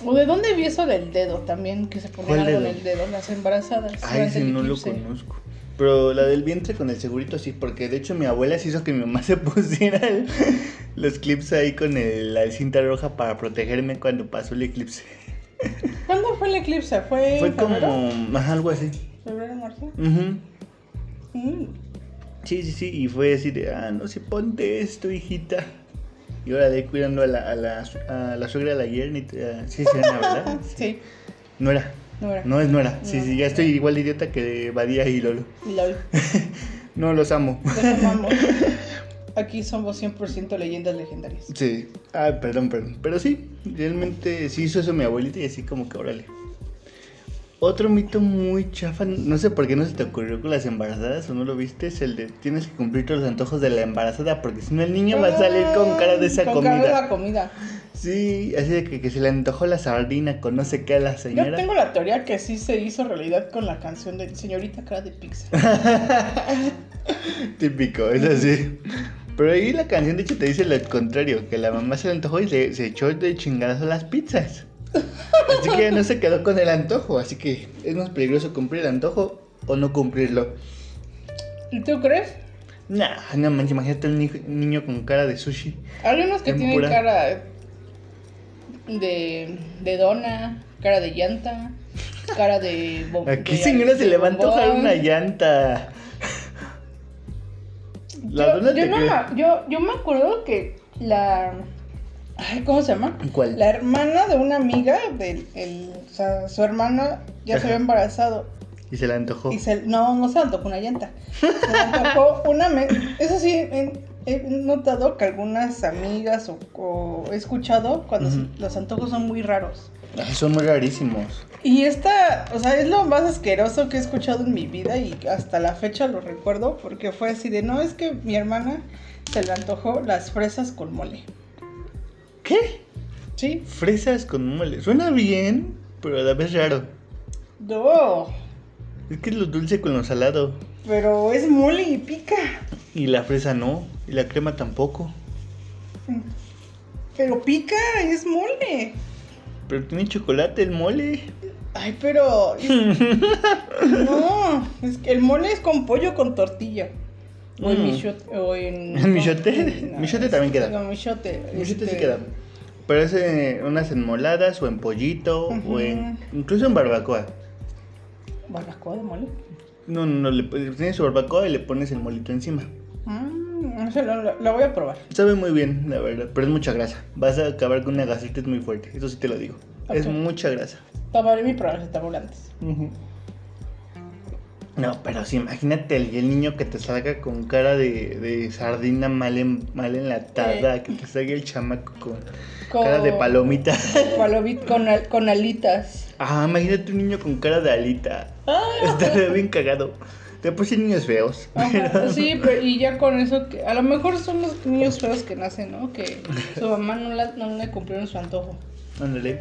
S2: ¿O de dónde vi eso del dedo también? Que se ponen
S1: ¿Cuál
S2: algo en
S1: dedo?
S2: el dedo, las embarazadas.
S1: Ay,
S2: durante
S1: sí,
S2: el
S1: no lo
S2: eclipse.
S1: conozco. Pero la del vientre con el segurito sí, porque de hecho mi abuela sí hizo que mi mamá se pusiera el- los clips ahí con el- la cinta roja para protegerme cuando pasó el eclipse.
S2: ¿Cuándo fue el eclipse? ¿Fue,
S1: Fue
S2: en febrero?
S1: como ajá, algo así.
S2: ¿Febrero, marzo?
S1: Ujú.
S2: Mm.
S1: Sí, sí, sí, y fue así de, ah, no sé, ponte esto, hijita. Y ahora de ahí cuidando a la, a la, a la suegra de la yerna. ah, Sí, sí, era, ¿verdad?
S2: Sí,
S1: No era.
S2: no era.
S1: No es nuera. Sí,
S2: No.
S1: sí, ya estoy igual de idiota que Badía y Lolo.
S2: LOL.
S1: No, los amo.
S2: Los amamos. Aquí somos 100% leyendas legendarias.
S1: Sí. Ah, perdón, perdón. Pero sí, realmente sí hizo eso mi abuelita y así como que órale. Otro mito muy chafa, no sé por qué no se te ocurrió con las embarazadas o no lo viste, es el de tienes que cumplir todos los antojos de la embarazada porque si no el niño va a salir con cara de esa
S2: Con cara de
S1: comida.
S2: la comida.
S1: Sí, así de que, que se le antojó la sardina con no sé qué a la
S2: Yo
S1: señora.
S2: tengo la teoría que sí se hizo realidad con la canción de Señorita Cara de Pizza.
S1: Típico, es así. Pero ahí la canción de hecho te dice lo contrario, que la mamá se le antojó y se, se echó de chingadazo las pizzas. Así que no se quedó con el antojo, así que es más peligroso cumplir el antojo o no cumplirlo.
S2: ¿Y tú crees?
S1: Nah, no manches, imagínate un ni- niño con cara de sushi.
S2: Hay unos que tienen
S1: Tempura.
S2: cara de, de dona, cara de llanta, cara de... bo-
S1: ¿A qué
S2: de-
S1: señora se
S2: de
S1: le va a antojar
S2: bombón.
S1: una llanta? La
S2: yo,
S1: dona
S2: yo
S1: te
S2: no
S1: creo.
S2: ma- yo, yo me acuerdo que la. Ay, ¿cómo se llama?
S1: ¿Cuál?
S2: La hermana de una amiga, del, el- o sea, su hermana ya se había
S1: Ajá.
S2: embarazado.
S1: Y se la antojó.
S2: Y se, no, no se le antojó una llanta. Se le antojó una. me- Eso sí, he, he notado que algunas amigas o, o he escuchado cuando se-
S1: Ujú.
S2: los antojos son muy raros.
S1: Ay, Ah, son muy rarísimos.
S2: Y esta, o sea, es lo más asqueroso que he escuchado en mi vida y hasta la fecha lo recuerdo porque fue así de, no, es que mi hermana se le antojó las fresas con mole.
S1: ¿Qué?
S2: ¿Sí?
S1: Fresas con mole. Suena bien, pero a la vez raro.
S2: No,
S1: Es que es lo dulce con lo salado.
S2: pero es mole y pica.
S1: Y la fresa no. Y la crema tampoco.
S2: Pero pica, es mole.
S1: Pero tiene chocolate el mole.
S2: Ay, pero... es- no, es que el mole es con pollo con tortilla. O en
S1: Mm.
S2: michote. O en,
S1: ¿En michote?
S2: en-
S1: Michote también queda.
S2: No, michote.
S1: Muchos
S2: este,
S1: sí queda. Pero es eh, unas enmoladas o en pollito
S2: Ujú.
S1: o en... Incluso en barbacoa.
S2: ¿Barbacoa de mole?
S1: No, no, no. Le, pones- tienes su barbacoa y le pones el molito encima.
S2: Mm, ese lo, lo- lo voy a probar.
S1: Sabe muy bien, la verdad. Pero es mucha grasa. Vas a acabar con una gastritis muy fuerte. Eso sí te lo digo. Es
S2: Ok.
S1: mucha grasa.
S2: Tomaré mi programa de tabulantes.
S1: No, pero sí, imagínate el, el niño que te salga con cara de, de sardina mal, en- mal enlatada,
S2: Eh.
S1: que te salga el chamaco con,
S2: Con-
S1: cara de palomita.
S2: Palomit con, al- con alitas.
S1: Ah, imagínate un niño con cara de alita. Estaría bien cagado. Te puse niños feos.
S2: Ajá, sí, pero y ya con eso, que a lo mejor son los niños feos que nacen, ¿no? Que su mamá no, la- no le cumplieron su antojo.
S1: Ándale.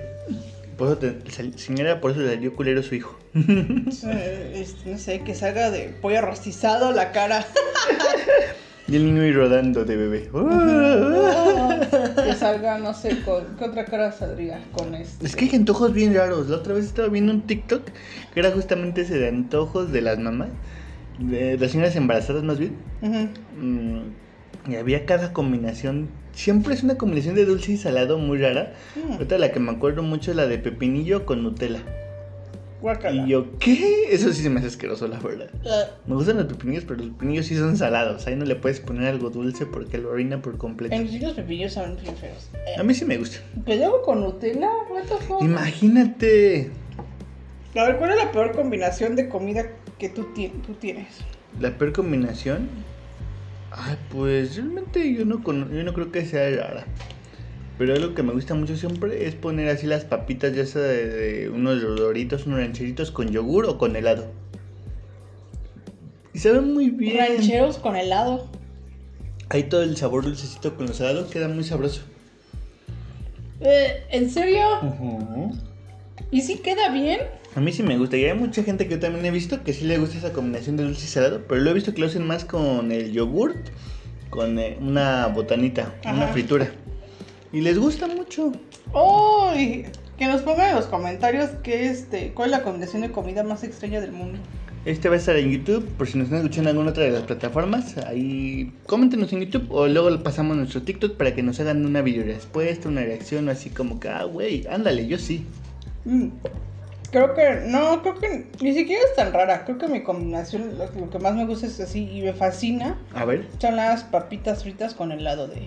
S1: Por eso te- sal- señora, por eso le salió culero su hijo.
S2: Entonces, eh, este, no sé, que salga de pollo rostizado la cara.
S1: Y el niño ir rodando de bebé.
S2: que salga, no sé, con, ¿qué otra cara saldría? Con este.
S1: Es que hay antojos bien raros. La otra vez estaba viendo un TikTok que era justamente ese de antojos de las mamás, de las señoras embarazadas más bien.
S2: Ujú.
S1: Mm, y había cada combinación. Siempre es una combinación de dulce y salado muy rara.
S2: Mm,
S1: Ahorita la que me acuerdo mucho es la de pepinillo con Nutella.
S2: guácala.
S1: Y yo, ¿qué? Eso sí se me hace asqueroso, la verdad.
S2: Eh,
S1: Me gustan los pepinillos, pero los pepinillos sí son salados. Ahí no le puedes poner algo dulce porque lo orina por completo.
S2: en los pepillos son bien feos. Eh,
S1: A mí sí me gusta.
S2: ¿Pero hago con Nutella? What the fuck?
S1: Imagínate.
S2: A ver, ¿cuál es la peor combinación de comida que tú, ti- tú tienes?
S1: La peor combinación. Ay, pues realmente yo no, cono- yo no creo que sea rara. Pero algo que me gusta mucho siempre es poner así las papitas, ya sea de, de unos doritos, unos rancheritos con yogur o con helado. Y saben muy bien.
S2: Rancheros con helado.
S1: Ahí todo el sabor dulcecito con los helados queda muy sabroso.
S2: Eh, ¿En serio? ¿Y si queda bien?
S1: A mí sí me gusta. Y hay mucha gente que yo también he visto que sí le gusta esa combinación de dulce y salado. Pero lo he visto que lo hacen más con el yogurt, con eh, una botanita, una
S2: Ajá.
S1: fritura. Y les gusta mucho.
S2: ¡Oh! y que nos pongan en los comentarios que este, cuál es la combinación de comida más extraña del mundo.
S1: Este va a estar en YouTube, por si nos están escuchando en alguna otra de las plataformas, ahí coméntenos en YouTube o luego lo pasamos a nuestro TikTok para que nos hagan una video respuesta, una reacción o así como que, ah, güey, ándale, yo sí.
S2: Mm, Creo que, no, creo que ni siquiera es tan rara. Creo que mi combinación, lo, lo que más me gusta es así y me fascina,
S1: A ver,
S2: son las papitas fritas con helado de,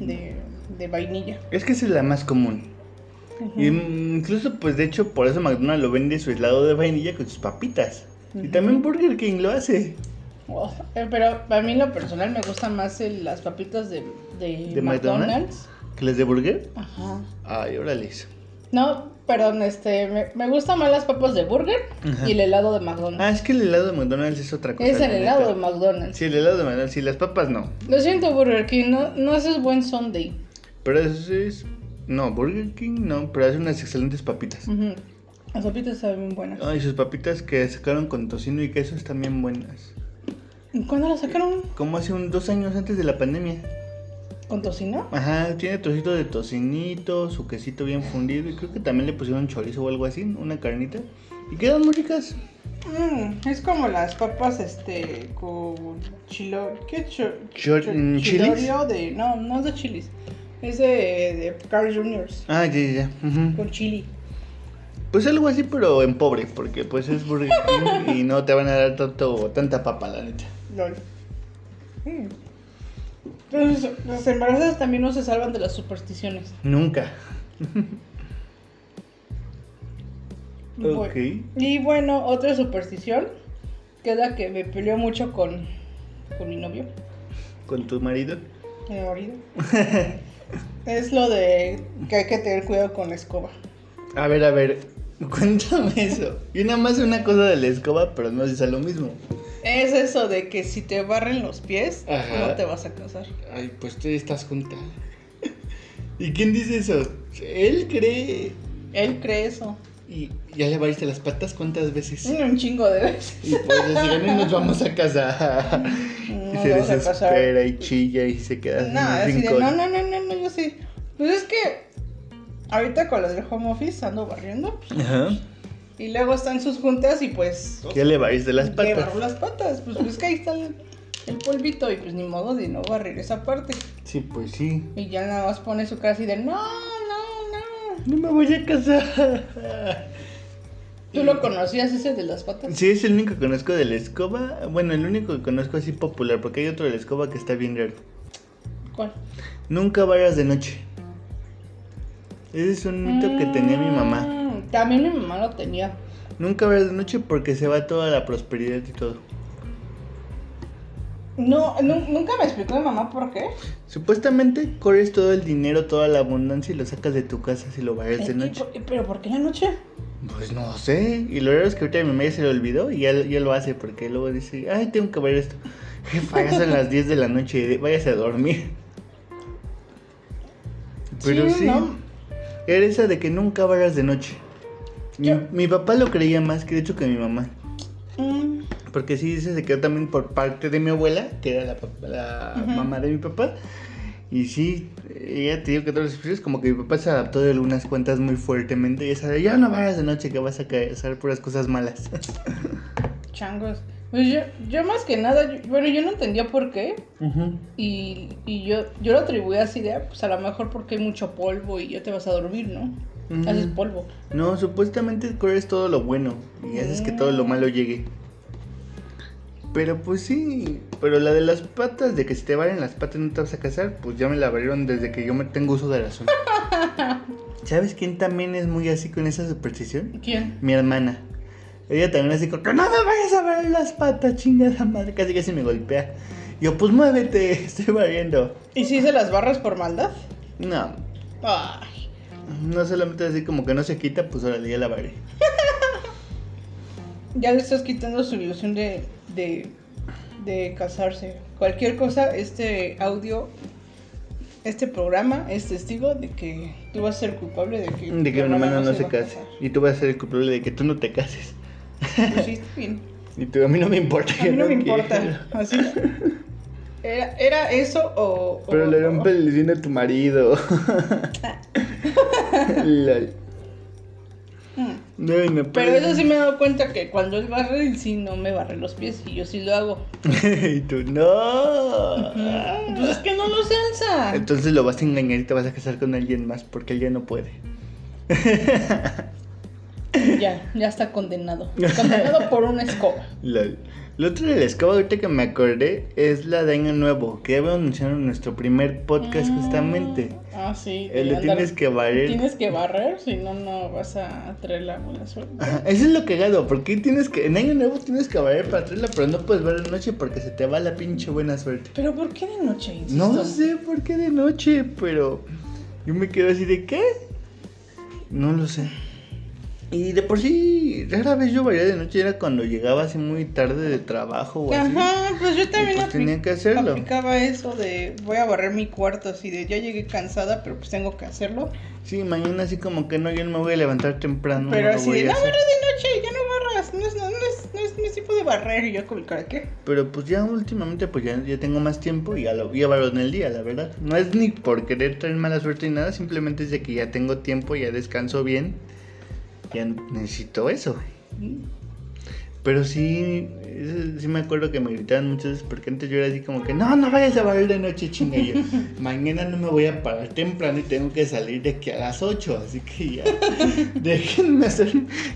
S2: de, de vainilla.
S1: es que esa es la más común. Y mm, incluso, pues de hecho, por eso McDonald's lo vende su helado de vainilla con sus papitas. Y
S2: Ujú.
S1: también Burger King lo hace.
S2: Oh, eh, pero a mí en lo personal me gustan más el- las papitas de, de,
S1: ¿De McDonald's?
S2: McDonald's.
S1: ¿Que les de burger?
S2: Ajá.
S1: Ay, órale.
S2: No, perdón, este, me, me gustan más las papas de burger
S1: Ajá.
S2: y el helado de McDonald's.
S1: Ah, es que el helado de McDonald's es otra cosa.
S2: es el
S1: la
S2: helado de
S1: neta.
S2: McDonald's.
S1: Sí, el helado de McDonald's, sí, las papas no.
S2: Lo siento, Burger King, no, no haces buen Sunday.
S1: Pero eso es. No, Burger King no, pero hace unas excelentes papitas.
S2: Ujú. Las papitas saben bien buenas.
S1: Ay, sus papitas que sacaron con tocino y queso están bien buenas.
S2: ¿Y ¿Cuándo las sacaron?
S1: Como hace un, dos años antes de la pandemia.
S2: ¿Con tocino?
S1: Ajá, tiene trocitos de tocinito, su quesito bien fundido y creo que también le pusieron chorizo o algo así, una carnita. Y quedan muy ricas.
S2: Mm, es como las papas, este, con chilo... ¿Qué cho-
S1: Chor-
S2: cho-
S1: mm,
S2: chilorio
S1: ¿chilis?
S2: de... No, no es de chilis. Es de, de Carl Juniors.
S1: Ah, ya, ya, ya. ujú.
S2: Con chili.
S1: Pues algo así, pero en pobre, porque pues es Burger King y no te van a dar tanto, tanta papa, la neta.
S2: LOL. Mm. Entonces, las embarazadas también no se salvan de las supersticiones.
S1: Nunca.
S2: Bu-
S1: Ok.
S2: Y bueno, otra superstición, que es la que me peleó mucho con, con mi novio,
S1: Con tu marido.
S2: mi marido, es lo de que hay que tener cuidado con la escoba.
S1: A ver, a ver, cuéntame eso. Yo nada más sé una cosa de la escoba, pero no sé si es lo mismo.
S2: Es eso de que si te barren los pies,
S1: Ajá.
S2: no te vas a casar.
S1: Ay, pues tú estás junta. ¿Y quién dice eso? Él cree.
S2: Él cree eso.
S1: ¿Y ya le bariste las patas cuántas veces?
S2: Un chingo de veces.
S1: Y pues le digan, "No nos vamos a casar.
S2: No
S1: y
S2: nos
S1: se
S2: vamos a casar.
S1: desespera y chilla y se queda
S2: No,
S1: en
S2: así
S1: un
S2: de,
S1: rincón.
S2: no, no, no, no, no, yo sí. Pues es que ahorita con lo del home office ando barriendo
S1: Ajá.
S2: y luego están sus juntas y pues o
S1: Ya le barriste las
S2: Le
S1: patas.
S2: barro las patas, pues, pues que ahí está el, el polvito y pues ni modo de no barrer esa parte.
S1: Sí, pues sí.
S2: Y ya nada más pone su cara así de no, no, no.
S1: No me voy a casar.
S2: ¿Tú lo conocías ese de las patas?
S1: Sí, es el único que conozco de la escoba. Bueno, el único que conozco así popular, porque hay otro de la escoba que está bien raro.
S2: ¿Cuál?
S1: Nunca varas de noche. Ese es un mito que tenía mi mamá.
S2: Mm, También mi mamá lo tenía.
S1: Nunca varas de noche porque se va toda la prosperidad y todo.
S2: No, nu- nunca me explicó mi mamá por qué.
S1: Supuestamente corres todo el dinero, toda la abundancia y lo sacas de tu casa si lo varas de
S2: Eh,
S1: noche.
S2: y por- ¿Pero por qué en la noche?
S1: Pues no sé. Y lo raro es que ahorita a mi mamá ya se le olvidó y ya, ya lo hace porque luego dice, ay, tengo que ver esto. Jefa, ya son las 10 de la noche, váyase a dormir. Pero sí,
S2: ¿no?
S1: era esa de que nunca varas de noche. Mi,
S2: Yo-
S1: mi papá lo creía más que de hecho que mi mamá.
S2: Mm,
S1: Porque sí se quedó también por parte de mi abuela, que era la, pap- la
S2: Ujú.
S1: mamá de mi papá. Y sí, ella te digo que todos los episodios, como que mi papá se adaptó de algunas cuentas muy fuertemente. Y esa de, ya no varas de noche que vas a hacer puras cosas malas.
S2: changos. Pues yo, yo más que nada, yo- bueno, yo no entendía por qué.
S1: Ujú.
S2: Y, y yo, yo lo atribuí así de, ah, pues a lo mejor porque hay mucho polvo y ya te vas a dormir, ¿no?
S1: Mm.
S2: Haces polvo.
S1: No, supuestamente corres todo lo bueno y haces que todo lo malo llegue. Pero pues sí, pero la de las patas, de que si te valen las patas no te vas a casar, pues ya me la abrieron desde que yo me tengo uso de razón. ¿Sabes quién también es muy así con esa superstición?
S2: ¿Quién?
S1: Mi hermana. Ella también así como, que no me vayas a ver las patas, chingada madre. Casi casi me golpea. Yo, pues muévete, estoy barriendo.
S2: ¿Y si se las barras por maldad?
S1: No,
S2: Ay.
S1: no solamente así como que no se quita, pues ahora ya la barré.
S2: Ya le estás quitando su ilusión de, de, de casarse. Cualquier cosa, este audio, este programa es testigo de que tú vas a ser culpable de que...
S1: De que
S2: tu
S1: mi hermana no
S2: va
S1: se
S2: a
S1: case.
S2: casar.
S1: Y tú vas a ser el culpable de que tú no te cases.
S2: Pues sí, está bien.
S1: Y tú, a mí no me importa.
S2: A
S1: yo
S2: mí no me
S1: quiero.
S2: importa. Así. Era, era eso o...
S1: Pero
S2: o-
S1: le rompe el diseño a tu marido. Lol.
S2: Mm.
S1: No, no,
S2: Pero eso sí me he dado cuenta que cuando él barre, él sí no me barre los pies y yo sí lo hago.
S1: y tú, no.
S2: Pues es que no los alza.
S1: Entonces lo vas a engañar y te vas a casar con alguien más porque él ya no puede.
S2: Ya, ya está condenado. Condenado por una escoba.
S1: Lol. Lo otro de la escoba ahorita que me acordé es la de Año Nuevo, que ya habíamos anunciado en nuestro primer podcast justamente.
S2: Mm, Ah, sí.
S1: El de
S2: andar-
S1: tienes que barrer.
S2: Tienes que barrer, si no, no vas a traer la buena suerte.
S1: Ajá, Eso es lo cagado, porque tienes que, en año nuevo tienes que barrer para traerla, pero no puedes ver de noche porque se te va la pinche buena suerte.
S2: Pero ¿por qué de noche? insisto?
S1: No sé por qué de noche, pero yo me quedo así de qué. No lo sé. Y de por sí, rara vez yo barría de noche, era cuando llegaba así muy tarde de trabajo o así.
S2: Ajá, pues yo también
S1: pues
S2: apli-
S1: tenía que hacerlo.
S2: aplicaba eso de voy a barrer mi cuarto, así de ya llegué cansada, pero pues tengo que hacerlo.
S1: Sí, mañana así como que no, yo no me voy a levantar temprano.
S2: pero
S1: no lo
S2: así
S1: voy
S2: de,
S1: a
S2: no
S1: hacer".
S2: barras de noche, ya no barras, no es, no, no es, no es mi tipo de barrer. Y yo como, ¿cara qué?
S1: Pero pues ya últimamente pues ya, ya tengo más tiempo y ya lo ya valoro en el día, la verdad. No es ni por querer traer mala suerte ni nada, simplemente es de que ya tengo tiempo, ya descanso bien. Ya necesito eso. Pero sí, es- sí me acuerdo que me gritaban muchas veces porque antes yo era así como que, no, no vayas a barrer de noche, chinga Y yo. Mañana no me voy a parar temprano y tengo que salir de aquí a las 8, así que ya, déjenme hacer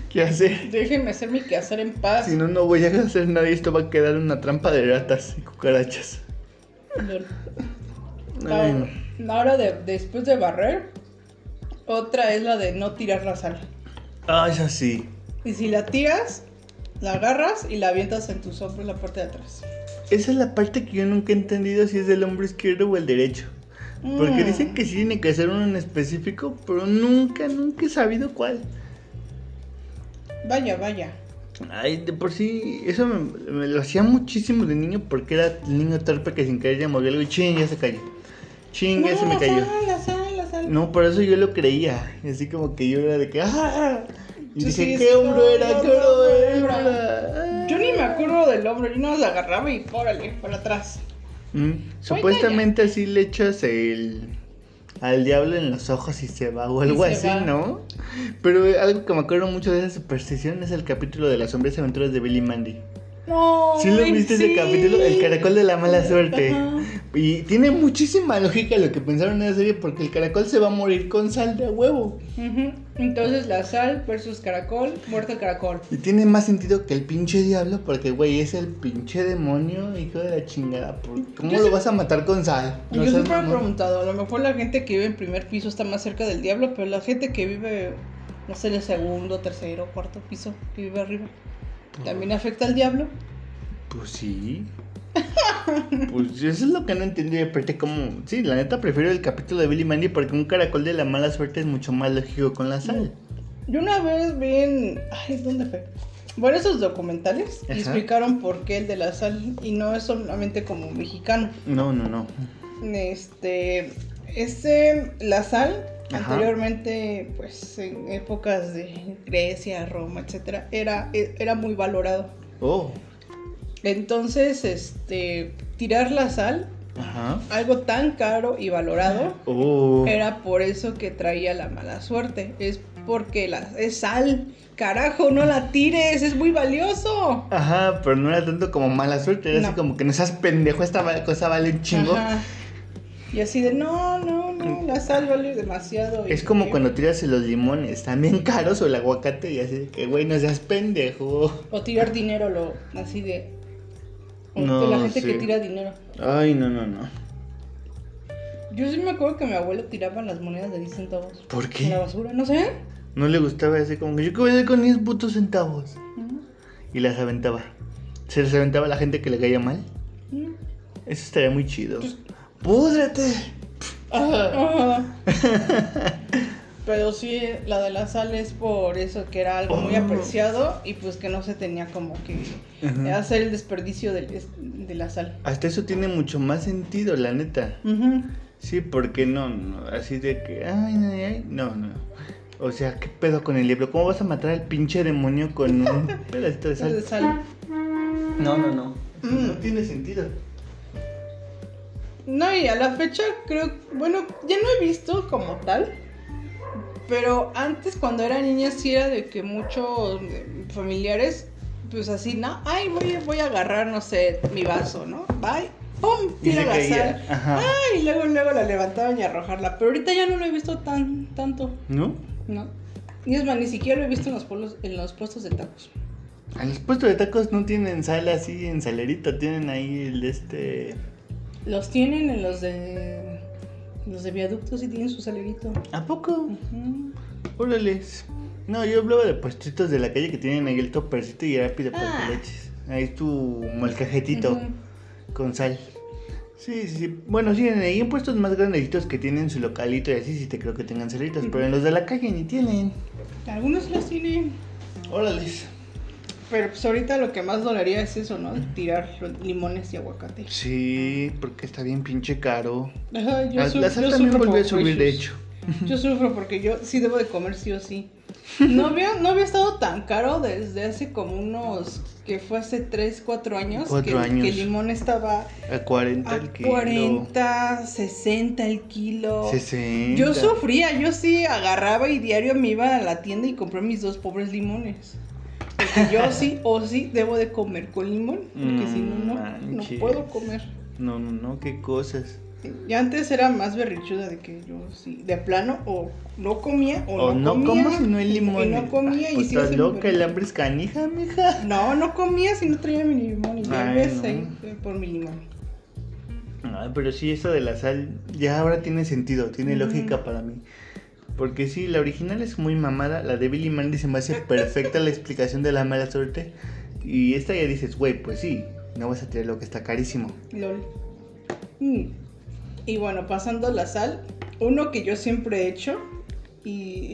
S1: qué hacer.
S2: Déjenme hacer mi quehacer en paz.
S1: Si no, no voy a hacer nada y esto va a quedar una trampa de ratas y cucarachas.
S2: Lol.
S1: Ay,
S2: La, la hora de, después de barrer, otra es la de no tirar la sal.
S1: Ah, es así.
S2: Y si la tiras, la agarras y la avientas en tus hombros la parte de atrás.
S1: Esa es la parte que yo nunca he entendido si es del hombro izquierdo o el derecho. Porque
S2: Mm.
S1: dicen que sí tiene que ser uno en específico, pero nunca, nunca he sabido cuál.
S2: Vaya, vaya.
S1: Ay, de por sí, eso me, me lo hacía muchísimo de niño porque era el niño torpe que sin querer ya movió algo y ching, ya se cayó. Ching, ya se me
S2: la
S1: cayó.
S2: sal, la sal, la sal.
S1: No, por eso yo lo creía. Así como que yo era de que. ¡Ah! Y
S2: Yo
S1: dije,
S2: sí,
S1: ¿qué
S2: sí,
S1: hombro
S2: no,
S1: era?
S2: no,
S1: ¿Qué
S2: no,
S1: hombro
S2: no,
S1: era?
S2: Yo ni me acuerdo del hombro, yo no la agarraba y pórale, para atrás.
S1: Mm, Supuestamente así le echas el. Al diablo en los ojos y se va o algo
S2: se
S1: así,
S2: va.
S1: ¿no? Pero eh, algo que me acuerdo mucho de esa superstición es el capítulo de las sombrías aventuras de Billy y Mandy.
S2: No.
S1: ¿Sí lo viste ese
S2: sí.
S1: capítulo? El caracol de la mala suerte.
S2: Ajá.
S1: Y tiene muchísima lógica lo que pensaron en esa serie porque el caracol se va a morir con sal de a huevo.
S2: Ujú. Entonces la sal versus caracol, muerto el caracol.
S1: Y tiene más sentido que el pinche diablo porque, güey, es el pinche demonio, hijo de la chingada. ¿por- ¿Cómo
S2: Yo
S1: lo
S2: sí-
S1: vas a matar con sal? No
S2: Yo
S1: seas
S2: siempre me he
S1: mamón.
S2: preguntado, a lo mejor la gente que vive en primer piso está más cerca del diablo, pero la gente que vive, no sé, en el segundo, tercero, cuarto piso, que vive arriba, ¿también afecta al diablo?
S1: Pues sí. pues eso es lo que no entendí. Aparte, como. Sí, la neta prefiero el capítulo de Billy Mandy porque un caracol de la mala suerte es mucho más lógico con la sal.
S2: Yo una vez vi en... Ay, ¿dónde fue? Bueno, esos documentales y
S1: Ajá.
S2: explicaron por qué el de la sal, y no es solamente como mexicano.
S1: No, no, no.
S2: Este, este, la sal,
S1: Ajá.
S2: anteriormente, pues en épocas de Grecia, Roma, etcétera, era, e, era muy valorado.
S1: Oh.
S2: Entonces, este, tirar la sal,
S1: Ajá.
S2: algo tan caro y valorado,
S1: Oh.
S2: era por eso que traía la mala suerte. Es porque la, es sal. Carajo, no la tires, es muy valioso.
S1: Ajá, pero no era tanto como mala suerte, era así
S2: No.
S1: como que no seas pendejo, esta va- cosa vale un chingo.
S2: Ajá. Y así de, no, no, no, la sal vale demasiado. y-
S1: Es como cuando tiras los limones, también caros, o el aguacate, y así de que, güey, no seas pendejo.
S2: O tirar dinero, lo, así de... o
S1: No,
S2: de la gente
S1: sí.
S2: que tira dinero.
S1: Ay, no, no, no.
S2: Yo sí me acuerdo que mi abuelo tiraba las monedas de 10 centavos.
S1: ¿Por
S2: En la
S1: qué?
S2: basura, no sé.
S1: No le gustaba así como que yo qué voy a hacer con 10 putos centavos.
S2: Ujú.
S1: y las aventaba. Se las aventaba a la gente que le caía mal.
S2: Mm.
S1: Eso estaría muy chido.
S2: Pues,
S1: ¡Púdrete!
S2: Ajá. Pero sí, la de la sal es por eso que era algo muy
S1: Oh.
S2: apreciado y pues que no se tenía como que
S1: Ajá.
S2: hacer el desperdicio del- es- de, la sal.
S1: Hasta eso tiene mucho más sentido, la neta.
S2: Ujú.
S1: Sí, porque no, no, así de que, ay, ay, ay, no, no. O sea, ¿qué pedo con el libro? ¿Cómo vas a matar al pinche demonio con un pedacito de sal?
S2: De sal.
S1: No, no, no.
S2: Mm.
S1: No tiene sentido.
S2: No, y a la fecha creo, bueno, ya no he visto como tal, pero antes cuando era niña sí era de que muchos eh, familiares, pues así, ¿no? Ay, voy, voy a agarrar, no sé, mi vaso, ¿no? Bye. ¡Pum!
S1: Y
S2: Tira
S1: se
S2: la
S1: caía.
S2: sal. Ah.
S1: Ajá.
S2: Ay, y luego, luego la levantaban y arrojarla. Pero ahorita ya no lo he visto tan, tanto,
S1: ¿No?
S2: ¿no? Ni es más, ni siquiera lo he visto en los, pueblos, en los puestos de tacos.
S1: A los puestos de tacos no tienen sal así en salerita, tienen ahí el de este.
S2: Los tienen en los de. en Los de viaductos y tienen su salerito.
S1: ¿A poco?
S2: Ujú.
S1: Órales. No, yo hablaba de puestitos de la calle que tienen ahí el topercito y rápido para
S2: Ah.
S1: que le eches. Ahí es tu molcajetito
S2: Ujú.
S1: con sal. Sí, sí, sí. Bueno, sí, en- ahí en puestos más grandecitos que tienen su localito y así sí te creo que tengan salitas, pero en los de la calle ni tienen.
S2: Algunos los tienen,
S1: Órales.
S2: pero pues ahorita lo que más dolería es eso, ¿no? Tirar los limones y aguacate.
S1: Sí, porque está bien pinche caro.
S2: Ajá,
S1: La,
S2: su-
S1: la sal
S2: yo
S1: también
S2: sufro
S1: volvió a
S2: por
S1: subir, de
S2: precios.
S1: hecho.
S2: Yo sufro porque yo sí debo de comer sí o sí. No había, no había estado tan caro desde hace como unos, que fue hace 3, 4 años,
S1: Cuatro
S2: que,
S1: años.
S2: que el limón estaba
S1: A 40
S2: a
S1: el kilo.
S2: 40, 60 el kilo.
S1: 60.
S2: Yo sufría, yo sí agarraba y diario me iba a la tienda y compré mis dos pobres limones. Porque yo sí o sí debo de comer con limón, porque si no, no, no
S1: Manches.
S2: puedo comer.
S1: No, no, no, qué cosas.
S2: Y antes era más berrichuda de que yo sí, de plano, o no comía, o,
S1: O no,
S2: no, comía.
S1: como si no el limón.
S2: Y no comía
S1: Ay,
S2: y
S1: pues
S2: sí.
S1: Estás
S2: sí me
S1: loca, el
S2: dolía.
S1: hambre es canija, mija.
S2: No, no comía si no traía mi limón y ya
S1: Ay,
S2: ves
S1: no.
S2: ahí, eh, por mi limón.
S1: Ay, Ah, pero sí, eso de la sal ya ahora tiene sentido, tiene
S2: Ujú.
S1: lógica para mí. Porque sí, la original es muy mamada, la de Billy Mandy se me hace perfecta la explicación de la mala suerte. Y esta ya dices, güey, pues sí, no vas a tirar lo que está carísimo.
S2: Lol. Mm. Y bueno, pasando la sal, uno que yo siempre he hecho y,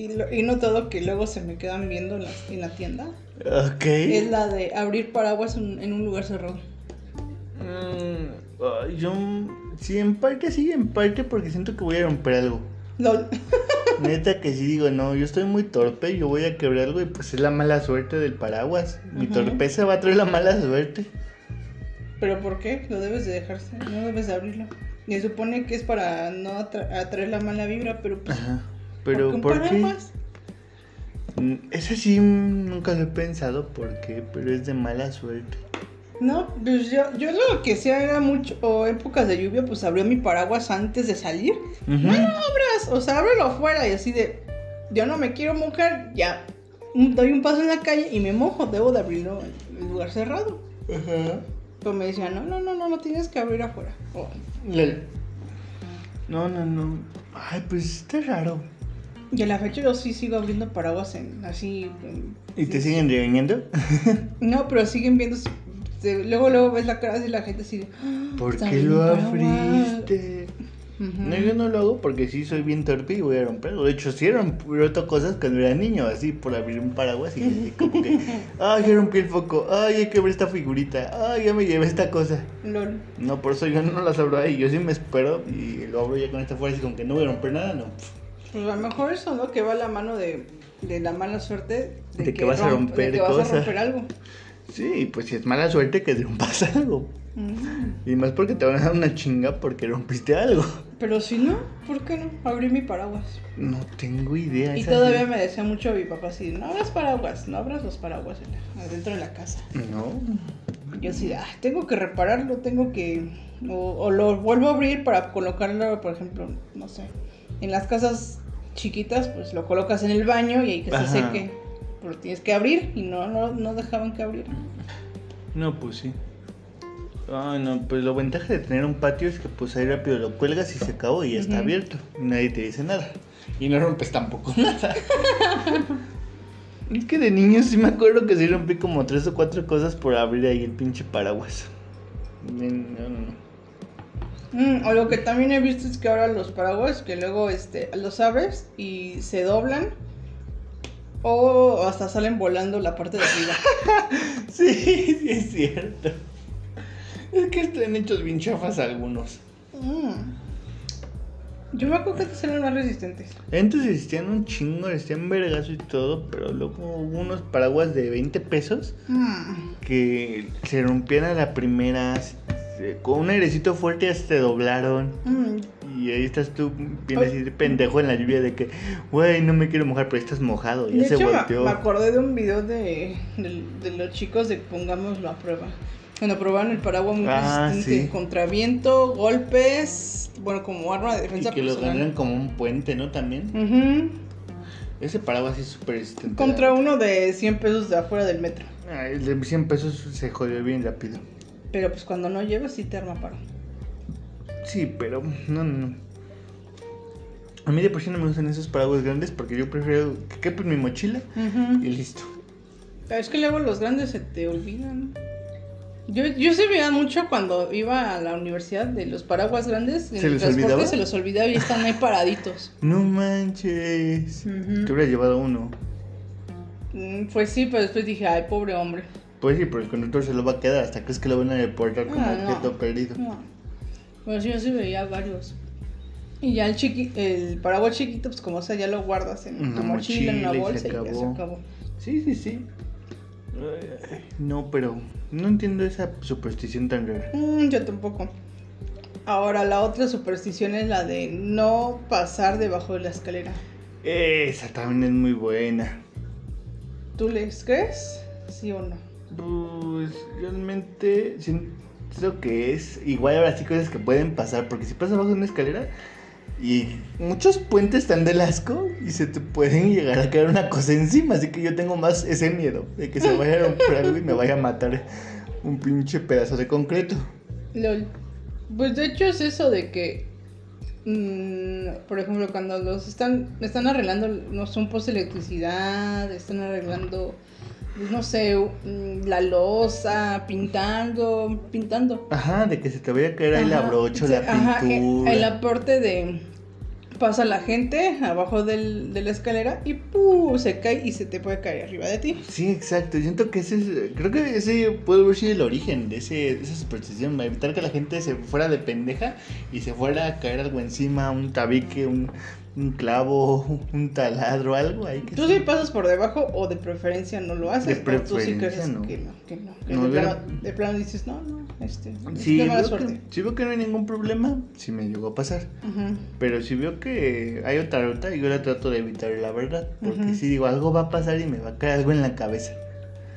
S2: y lo- he notado que luego se me quedan viendo en la, en la tienda
S1: Ok.
S2: es la de abrir paraguas en, en un lugar cerrado.
S1: Mm, ay, yo sí, en parte sí, en parte porque siento que voy a romper algo.
S2: Lol.
S1: Neta que sí digo, no, yo estoy muy torpe, yo voy a quebrar algo y pues es la mala suerte del paraguas. Mi
S2: Ujú.
S1: torpeza va a traer la mala suerte.
S2: ¿Pero por qué? Lo debes de dejarse, no debes de abrirlo. Se supone que es para no atra- atraer la mala vibra, pero pues.
S1: Ajá. Pero
S2: un
S1: ¿por qué?
S2: paraguas?
S1: Mm, Ese sí mm, nunca lo he pensado por qué, pero es de mala suerte.
S2: No, pues yo, yo lo que hacía era mucho, o épocas de lluvia, pues abría mi paraguas antes de salir.
S1: Ujú.
S2: No lo abras, o sea, ábrelo afuera y así de, yo no me quiero mojar, ya un- doy un paso en la calle y me mojo, debo de abrirlo en en lugar cerrado.
S1: Ajá.
S2: Pero me decían, no, no, no, no, lo tienes que abrir afuera. Oh. O-
S1: Lol. No, no, no. Ay, pues está raro.
S2: y a la fecha yo sí sigo abriendo paraguas en, así. en-
S1: ¿Y te siguen regañando?
S2: no, pero siguen viendo, su- se- luego luego ves la cara de la gente así de, "Ah,
S1: ¿Por
S2: está
S1: qué
S2: abriendo
S1: lo
S2: paraguas".
S1: abriste?
S2: Ujú.
S1: No, yo no lo hago porque sí soy bien torpe y voy a romperlo. De hecho, sí he roto cosas cuando era niño, así por abrir un paraguas y así como que, ay, ya rompí el foco, ay, ya quebré esta figurita, ay, ya me llevé esta cosa.
S2: Lol.
S1: No, por eso yo no las abro ahí, yo sí me espero y lo abro ya con esta fuerza y como que no voy a romper nada, no.
S2: Pues a lo mejor eso, ¿no? Que va a la mano de, de la mala suerte
S1: De que vas a
S2: romp-
S1: romper
S2: de que vas
S1: cosas.
S2: a romper algo.
S1: Sí, pues si es mala suerte que rompas algo.
S2: Ujú.
S1: Y más porque te van a dar una chinga porque rompiste algo.
S2: Pero si no, ¿por qué no? Abrí mi paraguas.
S1: No tengo idea.
S2: Y
S1: esa-
S2: todavía me decía mucho mi papá así, no abras paraguas, no abras los paraguas en la- adentro de la casa.
S1: No.
S2: Yo así, "Ah, tengo que repararlo, tengo que... O, o lo vuelvo a abrir para colocarlo, por ejemplo, no sé. En las casas chiquitas, pues lo colocas en el baño y ahí que
S1: Ajá.
S2: se seque. Pero tienes que abrir y no, no, no dejaban que abriera.
S1: No, pues sí. Ah, no, pues la ventaja de tener un patio es que pues ahí rápido lo cuelgas y se acabó y ya está
S2: Ujú.
S1: abierto. Y nadie te dice nada. Y no rompes tampoco nada. Es que de niño sí me acuerdo que sí rompí como tres o cuatro cosas por abrir ahí el pinche paraguas. No, no, no.
S2: Mm, o lo que también he visto es que ahora los paraguas que luego este, los abres y se doblan o hasta salen volando la parte de arriba.
S1: Sí, sí es cierto. Es que están hechos bien chafas algunos.
S2: Mm. Yo me acuerdo que eran más resistentes.
S1: Antes existían un chingo, existían vergazo y todo, pero luego hubo unos paraguas de 20 pesos
S2: Mm.
S1: que se rompían a la primera. se- Con un airecito fuerte ya se te doblaron.
S2: Mm.
S1: Y ahí estás tú, bien así de pendejo en la lluvia de que, güey, no me quiero mojar, pero estás mojado, ya
S2: De
S1: se
S2: hecho, me-
S1: volteó.
S2: me acordé de un video de, de- de los chicos de Pongámoslo a prueba. Cuando probaban el paraguas muy
S1: Ah,
S2: resistente
S1: sí.
S2: contra viento, golpes, bueno, como arma de
S1: Y
S2: defensa
S1: que lo
S2: personal.
S1: ganan como un puente, ¿no? También.
S2: Ujú.
S1: Ese paraguas sí es súper resistente.
S2: Contra uno de 100 pesos de afuera del metro.
S1: Ah, el de 100 pesos se jodió bien rápido.
S2: Pero pues cuando no llevas, sí te arma paro.
S1: Sí, pero no, no, no. A mí de por sí no me gustan esos paraguas grandes porque yo prefiero que quepa en mi mochila
S2: Ujú.
S1: y listo.
S2: Pero es que luego los grandes se te olvidan. Yo, yo se veía mucho cuando iba a la universidad de los paraguas grandes. En
S1: ¿Se
S2: el
S1: les
S2: transporte
S1: olvidaba?
S2: se los olvidaba y están ahí paraditos.
S1: No manches.
S2: Ujú.
S1: Te hubiera llevado uno.
S2: Mm, Pues sí, pero después dije, ay, pobre hombre.
S1: Pues sí, pero el conductor se lo va a quedar hasta crees que lo van a deportar como
S2: Ah, no.
S1: objeto perdido.
S2: No. Pues yo sí veía varios. Y ya el chiqui, el paraguas chiquito, pues como sea, ya lo guardas en
S1: En
S2: tu
S1: la
S2: mochila, en
S1: mochila y
S2: una
S1: se
S2: bolsa y, ya se
S1: acabó.
S2: acabó.
S1: Sí, sí, sí. Ay, ay, No, pero no entiendo esa superstición tan rara.
S2: Mm, yo tampoco. Ahora, la otra superstición es la de no pasar debajo de la escalera.
S1: Esa también es muy buena.
S2: ¿Tú les crees? ¿Sí o no?
S1: Pues realmente siento que es igual ahora sí cosas que pueden pasar, porque si pasas abajo de una escalera y muchos puentes están del asco y se te pueden llegar a caer una cosa encima, así que yo tengo más ese miedo de que se vaya a romper algo y me vaya a matar un pinche pedazo de concreto.
S2: Lol. Pues de hecho es eso de que, mm, por ejemplo, cuando los están, están arreglando, no son post electricidad, están arreglando, pues, no sé, mm, la losa, pintando, pintando.
S1: Ajá, de que se te vaya a caer ahí la
S2: Ajá,
S1: brocha,
S2: sí,
S1: la
S2: ajá, en-
S1: pintura.
S2: en la parte de pasa la gente abajo del- de la escalera y ¡pum! se cae y se te puede caer arriba de ti.
S1: Sí, exacto. Yo siento que ese es- creo que ese puede haber sido el origen de, ese, de esa superstición, evitar que la gente se fuera de pendeja y se fuera a caer algo encima, un tabique, un, un clavo, un taladro, algo ahí que
S2: Tú sí pasas por debajo o de preferencia no lo haces.
S1: De
S2: pero tú sí
S1: preferencia,
S2: crees
S1: no.
S2: que no, que no. que
S1: No,
S2: de,
S1: yo-
S2: plano, de plano dices, no, no, este, es
S1: Sí,
S2: de mala
S1: veo
S2: suerte.
S1: que, sí veo que no hay ningún problema, si me llegó a pasar.
S2: Ujú.
S1: Pero si veo que hay otra ruta, yo la trato de evitar, la verdad. Porque
S2: Ujú.
S1: si digo, algo va a pasar y me va a caer algo en la cabeza.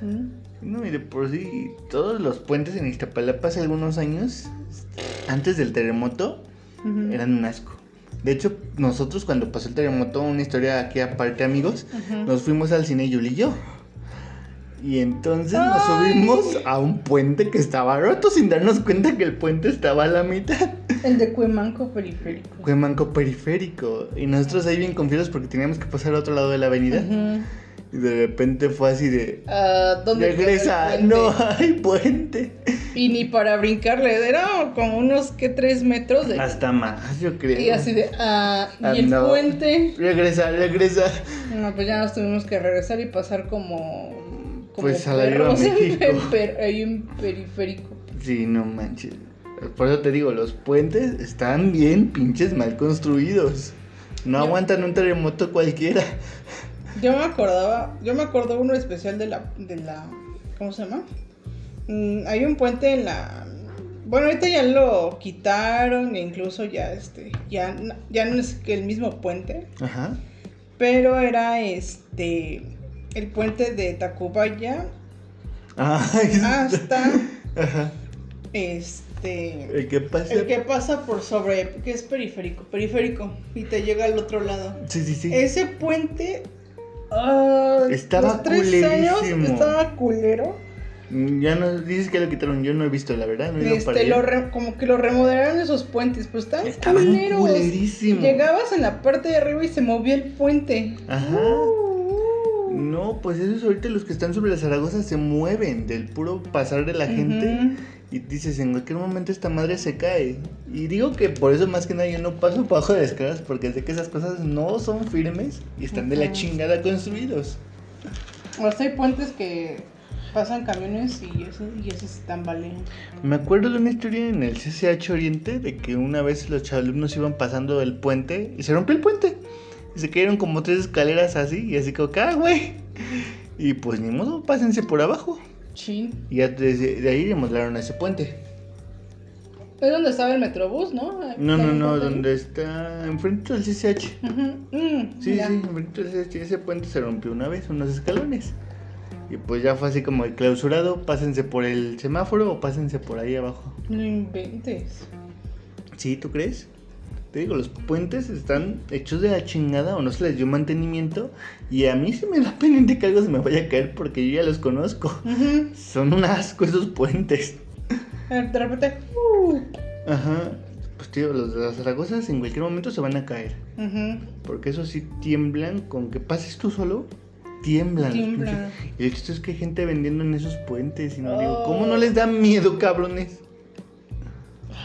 S2: Ujú.
S1: No, y de por sí, todos los puentes en Iztapalapa hace algunos años, antes del terremoto,
S2: Ujú.
S1: eran un asco. De hecho, nosotros cuando pasó el terremoto, una historia aquí aparte, amigos,
S2: Ujú.
S1: nos fuimos al cine Yuli y yo. Y entonces nos
S2: ¡Ay!
S1: subimos a un puente que estaba roto sin darnos cuenta que el puente estaba a la mitad.
S2: El de Cuemanco periférico.
S1: Fue manco periférico. Y nosotros ahí bien confiados porque teníamos que pasar al otro lado de la avenida.
S2: Ujú.
S1: Y de repente fue así de...
S2: Ah, ¿dónde queda el
S1: Regresa,
S2: puente?
S1: no hay puente.
S2: Y ni para brincarle, era como unos que tres metros de
S1: Hasta más, yo creo.
S2: Y así de, ah,
S1: Ah,
S2: y el
S1: no.
S2: puente.
S1: Regresa, regresa.
S2: No, pues ya nos tuvimos que regresar y pasar como. como
S1: Pues a la Viva
S2: perros en-
S1: México.
S2: en per- ahí en periférico.
S1: Sí, no manches. Por eso te digo, los puentes están bien pinches mal construidos. No
S2: Yo-
S1: aguantan un terremoto cualquiera.
S2: Yo me acordaba, yo me acuerdo uno especial de la, de la, ¿cómo se llama? Mm, hay un puente en la, bueno, ahorita ya lo quitaron e incluso ya, este, ya, no- ya no es que el mismo puente,
S1: Ajá.
S2: pero era, este, el puente de Tacubaya
S1: Ay,
S2: hasta,
S1: Ajá.
S2: este,
S1: El que pasa.
S2: El que pasa por sobre, que es periférico, periférico, y te llega al otro lado.
S1: Sí, sí, sí.
S2: Ese puente. ah,
S1: Estaba
S2: los tres
S1: culerísimo.
S2: años estaba culero.
S1: Mm, Ya no dices que lo quitaron. Yo no he visto, la verdad. No he ido para
S2: Este,
S1: allá.
S2: lo re- como que lo remodelaron esos puentes, pues estaban
S1: Estaban
S2: culeros.
S1: culerísimos.
S2: Llegabas en la parte de arriba y se movía el puente.
S1: Ajá.
S2: Uh,
S1: No, pues esos ahorita los que están sobre la Zaragoza se mueven del puro pasar de la gente. Y dices, en cualquier momento esta madre se cae. Y digo que por eso más que nada yo no paso por abajo de escaleras porque sé que esas cosas no son firmes y están de la
S2: Ujú.
S1: chingada construidos.
S2: O sea, hay puentes que pasan camiones y eso, y eso se tambalean.
S1: Me acuerdo de una historia en el CCH Oriente de que una vez los alumnos iban pasando el puente y se rompió el puente. Y se cayeron como tres escaleras así y así como, ¡ah, güey! Y pues ni modo, pásense por abajo.
S2: Chin.
S1: Y ya desde de ahí remodelaron ese puente.
S2: Es donde estaba el metrobús, ¿no?
S1: No, no, no, donde está enfrente del CCH.
S2: Ujú. Mm,
S1: Sí,
S2: mira.
S1: sí, enfrente del CCH. Ese puente se rompió una vez, unos escalones. Y pues ya fue así como el clausurado, pásense por el semáforo o pásense por ahí abajo.
S2: No inventes.
S1: Sí, ¿tú crees? Te digo, los puentes están hechos de la chingada o no se les dio mantenimiento. Y a mí se me da pendiente que algo se me vaya a caer porque yo ya los conozco.
S2: Ujú.
S1: Son un asco esos puentes.
S2: De repente. uh,
S1: Ajá. Pues tío, los de las Zaragozas en cualquier momento se van a caer.
S2: ujú.
S1: Porque eso sí tiemblan, con que pases tú solo, tiemblan. los
S2: Tiemblan.
S1: pinches- Y el chiste es que hay gente vendiendo en esos puentes. Y no digo,
S2: Oh.
S1: ¿cómo no les da miedo, cabrones?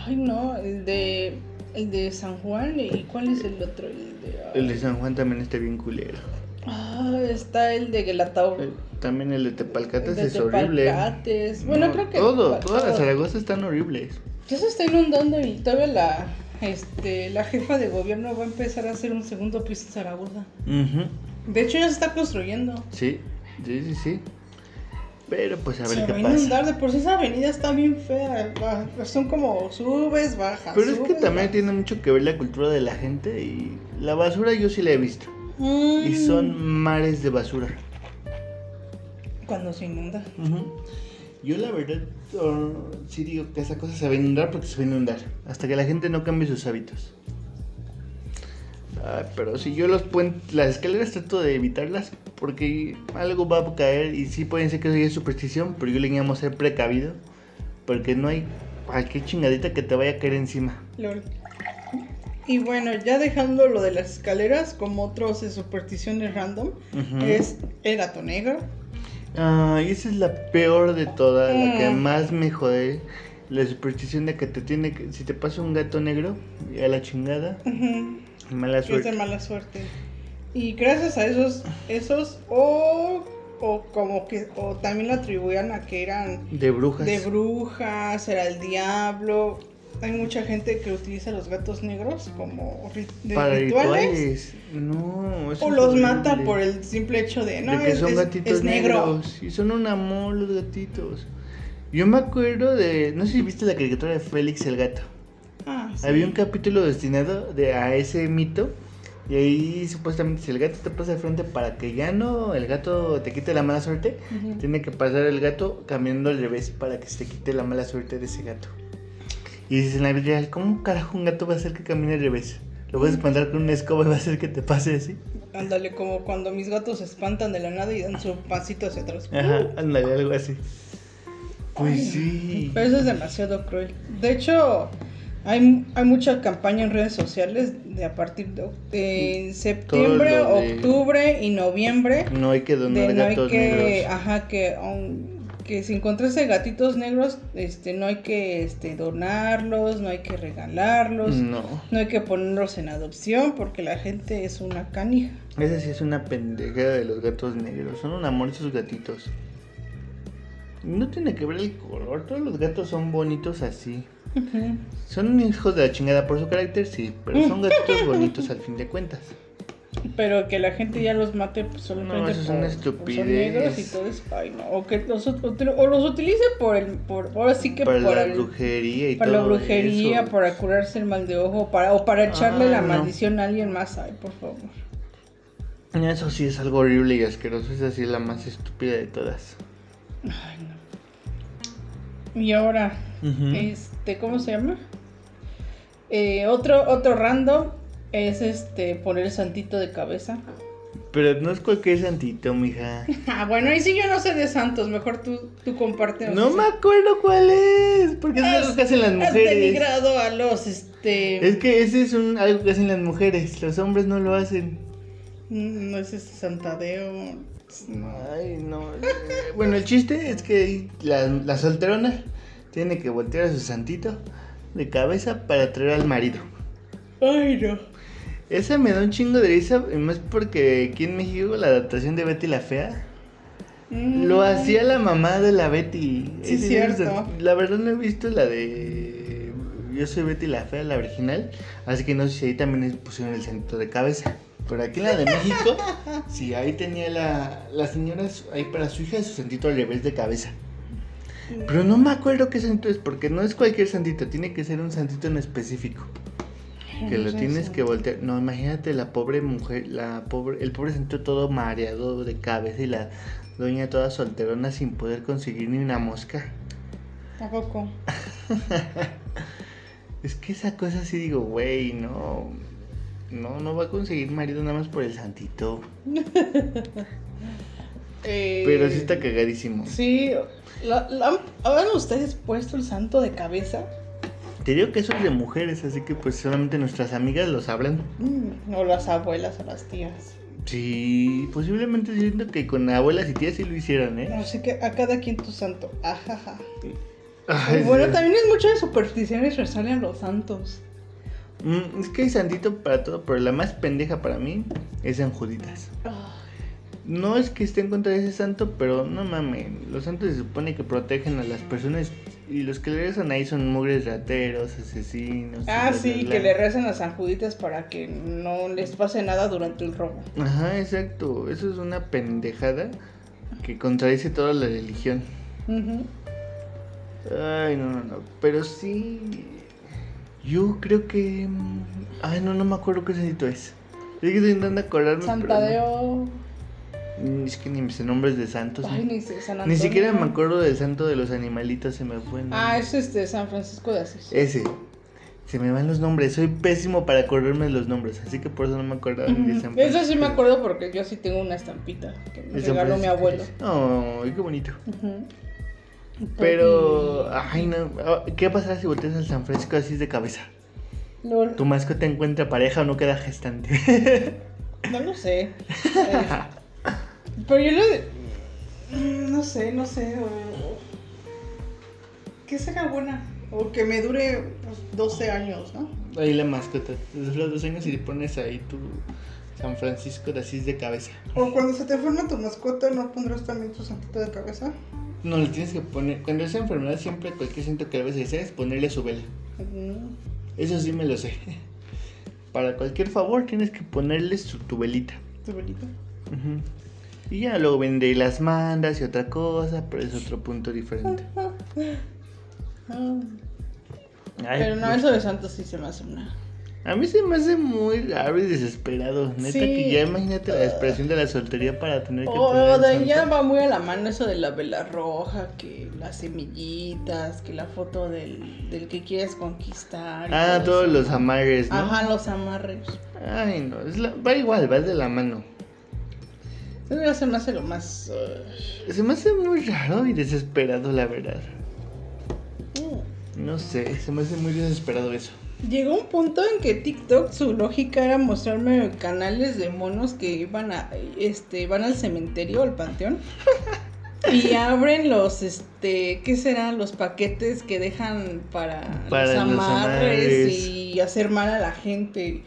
S2: Ay, no, el de, el de San Juan. ¿Y cuál es el otro? El de, ah,
S1: El de San Juan también está bien culero.
S2: ah, está el de Guelatao.
S1: Eh, También el de Tepalcates
S2: El de
S1: es horrible.
S2: Tepalcates. Bueno,
S1: No,
S2: creo que.
S1: Todo,
S2: pa-
S1: todas las
S2: todo.
S1: Zaragoza están horribles.
S2: Ya se está inundando y todavía la, este, la jefa de gobierno va a empezar a hacer un segundo piso en Zaragoza.
S1: Ujú,
S2: De hecho, ya se está construyendo.
S1: Sí, sí, sí, sí. Pero pues a ver
S2: se
S1: qué
S2: va a
S1: pasa.
S2: inundar, de por sí esa avenida está bien fea. va- son como subes, bajas.
S1: Pero es que
S2: subes,
S1: también
S2: bajas.
S1: tiene mucho que ver la cultura de la gente y la basura yo sí la he visto. Y
S2: Mm,
S1: son mares de basura.
S2: Cuando se inunda.
S1: Ujú. Yo la verdad oh, sí digo que esa cosa se va a inundar porque se va a inundar. Hasta que la gente no cambie sus hábitos. Ay, pero si yo los puentes, las escaleras trato de evitarlas porque algo va a caer y sí pueden ser que eso ya es superstición, pero yo le llamo ser precavido porque no hay cualquier chingadita que te vaya a caer encima.
S2: Lol. Y bueno, ya dejando lo de las escaleras como otros de supersticiones random,
S1: Ujú.
S2: es el gato negro.
S1: Ay, esa es la peor de todas, la que
S2: Mm.
S1: más me jode. La superstición de que te tiene que, si te pasa un gato negro, a la chingada,
S2: Ujú.
S1: mala
S2: es de
S1: suerte.
S2: mala suerte. Y gracias a esos, esos, o, o como que, o también lo atribuían a que eran
S1: De brujas.
S2: de brujas, era el diablo. Hay mucha gente que utiliza los gatos negros como ri- de
S1: para
S2: rituales.
S1: rituales. No, eso
S2: O
S1: es
S2: los
S1: horrible.
S2: mata por el simple hecho de, no,
S1: de que
S2: es,
S1: son
S2: es-
S1: gatitos
S2: es negro.
S1: negros. Y son un amor los gatitos. Yo me acuerdo de. No sé si viste la caricatura de Félix el gato.
S2: Ah, sí.
S1: Había un capítulo destinado de, a ese mito. Y ahí supuestamente si el gato te pasa de frente para que ya no el gato te quite la mala suerte,
S2: Ujú.
S1: tiene que pasar el gato caminando al revés para que se te quite la mala suerte de ese gato. Y dices en la vida real, ¿cómo carajo un gato va a hacer que camine al revés? Lo vas a espantar con una escoba y va a hacer que te pase así.
S2: Ándale, como cuando mis gatos se espantan de la nada y dan su pasito hacia atrás.
S1: Ajá, ándale, algo así. Pues sí.
S2: Pero eso es demasiado cruel. De hecho, hay, hay mucha campaña en redes sociales de a partir de, de septiembre,
S1: Todo lo de-
S2: octubre y noviembre.
S1: No hay que donar
S2: de no hay
S1: gatos
S2: que,
S1: negros.
S2: ajá, que, aun- que si encontrase gatitos negros, este, no hay que este, donarlos, no hay que regalarlos,
S1: No.
S2: no hay que ponerlos en adopción porque la gente es una canija.
S1: Esa sí es una pendejada de los gatos negros. Son un amor esos gatitos. No tiene que ver el color. Todos los gatos son bonitos así. Son hijos de la chingada por su carácter, sí. Pero
S2: Mm.
S1: son gatitos bonitos al fin de cuentas.
S2: Pero que la gente ya los mate pues, solamente
S1: No, eso es
S2: por-
S1: una
S2: por ser
S1: estupidez.
S2: negros y todo es- ay, no. O que los, ut- util- o los utilice por el, por, ahora sí que
S1: para la
S2: el-
S1: brujería y
S2: para la
S1: todo
S2: brujería,
S1: eso.
S2: para curarse el mal de ojo, para, o para echarle
S1: Ay,
S2: la
S1: no.
S2: maldición a alguien más, ay, por favor.
S1: Eso sí es algo horrible y asqueroso. Esa sí es la más estúpida de todas.
S2: Ay, no. Y ahora,
S1: Ujú.
S2: este, ¿cómo se llama? Eh, otro, otro random es este poner el santito de cabeza.
S1: Pero no es cualquier santito, mija.
S2: Ah, bueno, ahí sí yo no sé de santos, mejor tú, tú compártenos.
S1: No
S2: ese-
S1: me acuerdo cuál es. Porque eso es algo que hacen las
S2: Has
S1: mujeres.
S2: denigrado a los, este...
S1: Es que ese es un, algo que hacen las mujeres, los hombres no lo hacen.
S2: mm, No es este Santadeo.
S1: Ay, no. Eh, Bueno, el chiste es que la, la solterona tiene que voltear a su santito de cabeza para traer al marido.
S2: Ay, no.
S1: Esa me da un chingo de risa, y más porque aquí en México la adaptación de Betty la Fea
S2: Mm.
S1: lo hacía la mamá de la Betty.
S2: Sí,
S1: Ese
S2: cierto.
S1: es- La verdad no he visto la de Yo soy Betty la Fea, la original, así que no sé si ahí también les pusieron el centro de cabeza. Pero aquí en la de México, sí, ahí tenía la, la señora su- ahí para su hija su santito al revés de cabeza. Pero no me acuerdo qué santo es, porque no es cualquier santito, tiene que ser un santito en específico. Que lo tienes que voltear. No, imagínate la pobre mujer, la pobre, el pobre santo todo mareado de cabeza y la doña toda solterona sin poder conseguir ni una mosca.
S2: ¿A poco?
S1: Es que esa cosa sí digo, güey, no. No, no va a conseguir marido nada más por el santito.
S2: Eh,
S1: Pero sí está cagadísimo.
S2: Sí. ¿la- la han- ¿Habrán ustedes puesto el santo de cabeza?
S1: Te digo que eso es de mujeres, así que pues solamente nuestras amigas lo sabrán.
S2: Mm, o las abuelas o las tías.
S1: Sí, posiblemente siento que con abuelas y tías sí lo hicieran, ¿eh?
S2: Así que a cada quien tu santo. Ajaja.
S1: Ay,
S2: Y bueno,
S1: Dios.
S2: también es mucho de supersticiones rezarle a los santos.
S1: Mm, es que hay santito para todo, pero la más pendeja para mí es San Juditas. Ah, No es que esté en contra de ese santo, pero no mames. Los santos se supone que protegen a las personas y los que le rezan ahí son mugres rateros, asesinos. y
S2: Ah,
S1: bla,
S2: sí,
S1: bla,
S2: que le
S1: bla.
S2: rezan a San Juditas para que no les pase nada durante el robo.
S1: Ajá, exacto. Eso es una pendejada que contradice toda la religión.
S2: Ujú.
S1: Ay, no, no, no. Pero sí. Yo creo que. mm, Ay, no, no me acuerdo qué santito es. Es que estoy intentando acordarme. pero no.
S2: Santadeo.
S1: Mm, Es que ni mis nombres de santos.
S2: Ay,
S1: ni,
S2: ni, sé, San
S1: ni
S2: Antonio.
S1: siquiera me acuerdo del santo de los animalitos, se me fue. ¿no?
S2: Ah, es este, San Francisco de Asís.
S1: Ese. Se me van los nombres. Soy pésimo para acordarme de los nombres, así que por eso no me acordaba ni ah, de
S2: Ujú.
S1: San
S2: Eso sí
S1: Francisco.
S2: me acuerdo porque yo sí tengo una estampita que me
S1: De San
S2: regaló mi
S1: Francisco.
S2: abuelo.
S1: Ay, qué bonito.
S2: Ujú.
S1: Pero, ay, no. ah, ¿Qué pasará si volteas al San Francisco así de cabeza?
S2: Lol.
S1: ¿Tu mascota encuentra pareja o no queda gestante?
S2: No lo sé. Eh, Pero yo lo. No sé, no sé. o- Que será buena. O que me dure pues, 12 años, ¿no?
S1: ahí la mascota. Desde los dos años y le pones ahí tu San Francisco de así de cabeza.
S2: O cuando se te forma tu mascota, ¿no pondrás también tu santito de cabeza?
S1: No, le tienes que poner. Cuando es enfermedad, siempre cualquier santo que le ves es ponerle su vela.
S2: Mm,
S1: Eso sí me lo sé. Para cualquier favor tienes que ponerle su tu velita.
S2: ¿Tu velita?
S1: Ujú. Y ya luego vende las mandas y otra cosa, pero es otro punto diferente.
S2: Ah,
S1: Ay,
S2: Pero no,
S1: pues,
S2: eso de santos sí se me hace una.
S1: A mí se me hace muy raro y desesperado. Neta,
S2: Sí.
S1: que ya imagínate la desesperación de la soltería para tener que.
S2: O
S1: tener un
S2: de ya
S1: santo.
S2: va muy a la mano eso de la vela roja, que las semillitas, que la foto del, del que quieres conquistar. y
S1: Ah,
S2: todo
S1: todos
S2: eso.
S1: los amarres, ¿no?
S2: Ajá, los amarres.
S1: Ay, no. es la- Va igual, va de la mano.
S2: Eso se me hace lo más. eh,
S1: Se me hace muy raro y desesperado, la verdad.
S2: mm.
S1: No sé, se me hace muy desesperado eso.
S2: Llegó un punto en que TikTok su lógica era mostrarme canales de monos que iban a, este, van al cementerio, al panteón. Y abren los, este, ¿qué serán? Los paquetes que dejan para,
S1: Para
S2: los
S1: los
S2: amarres
S1: amarres.
S2: y hacer mal a la gente.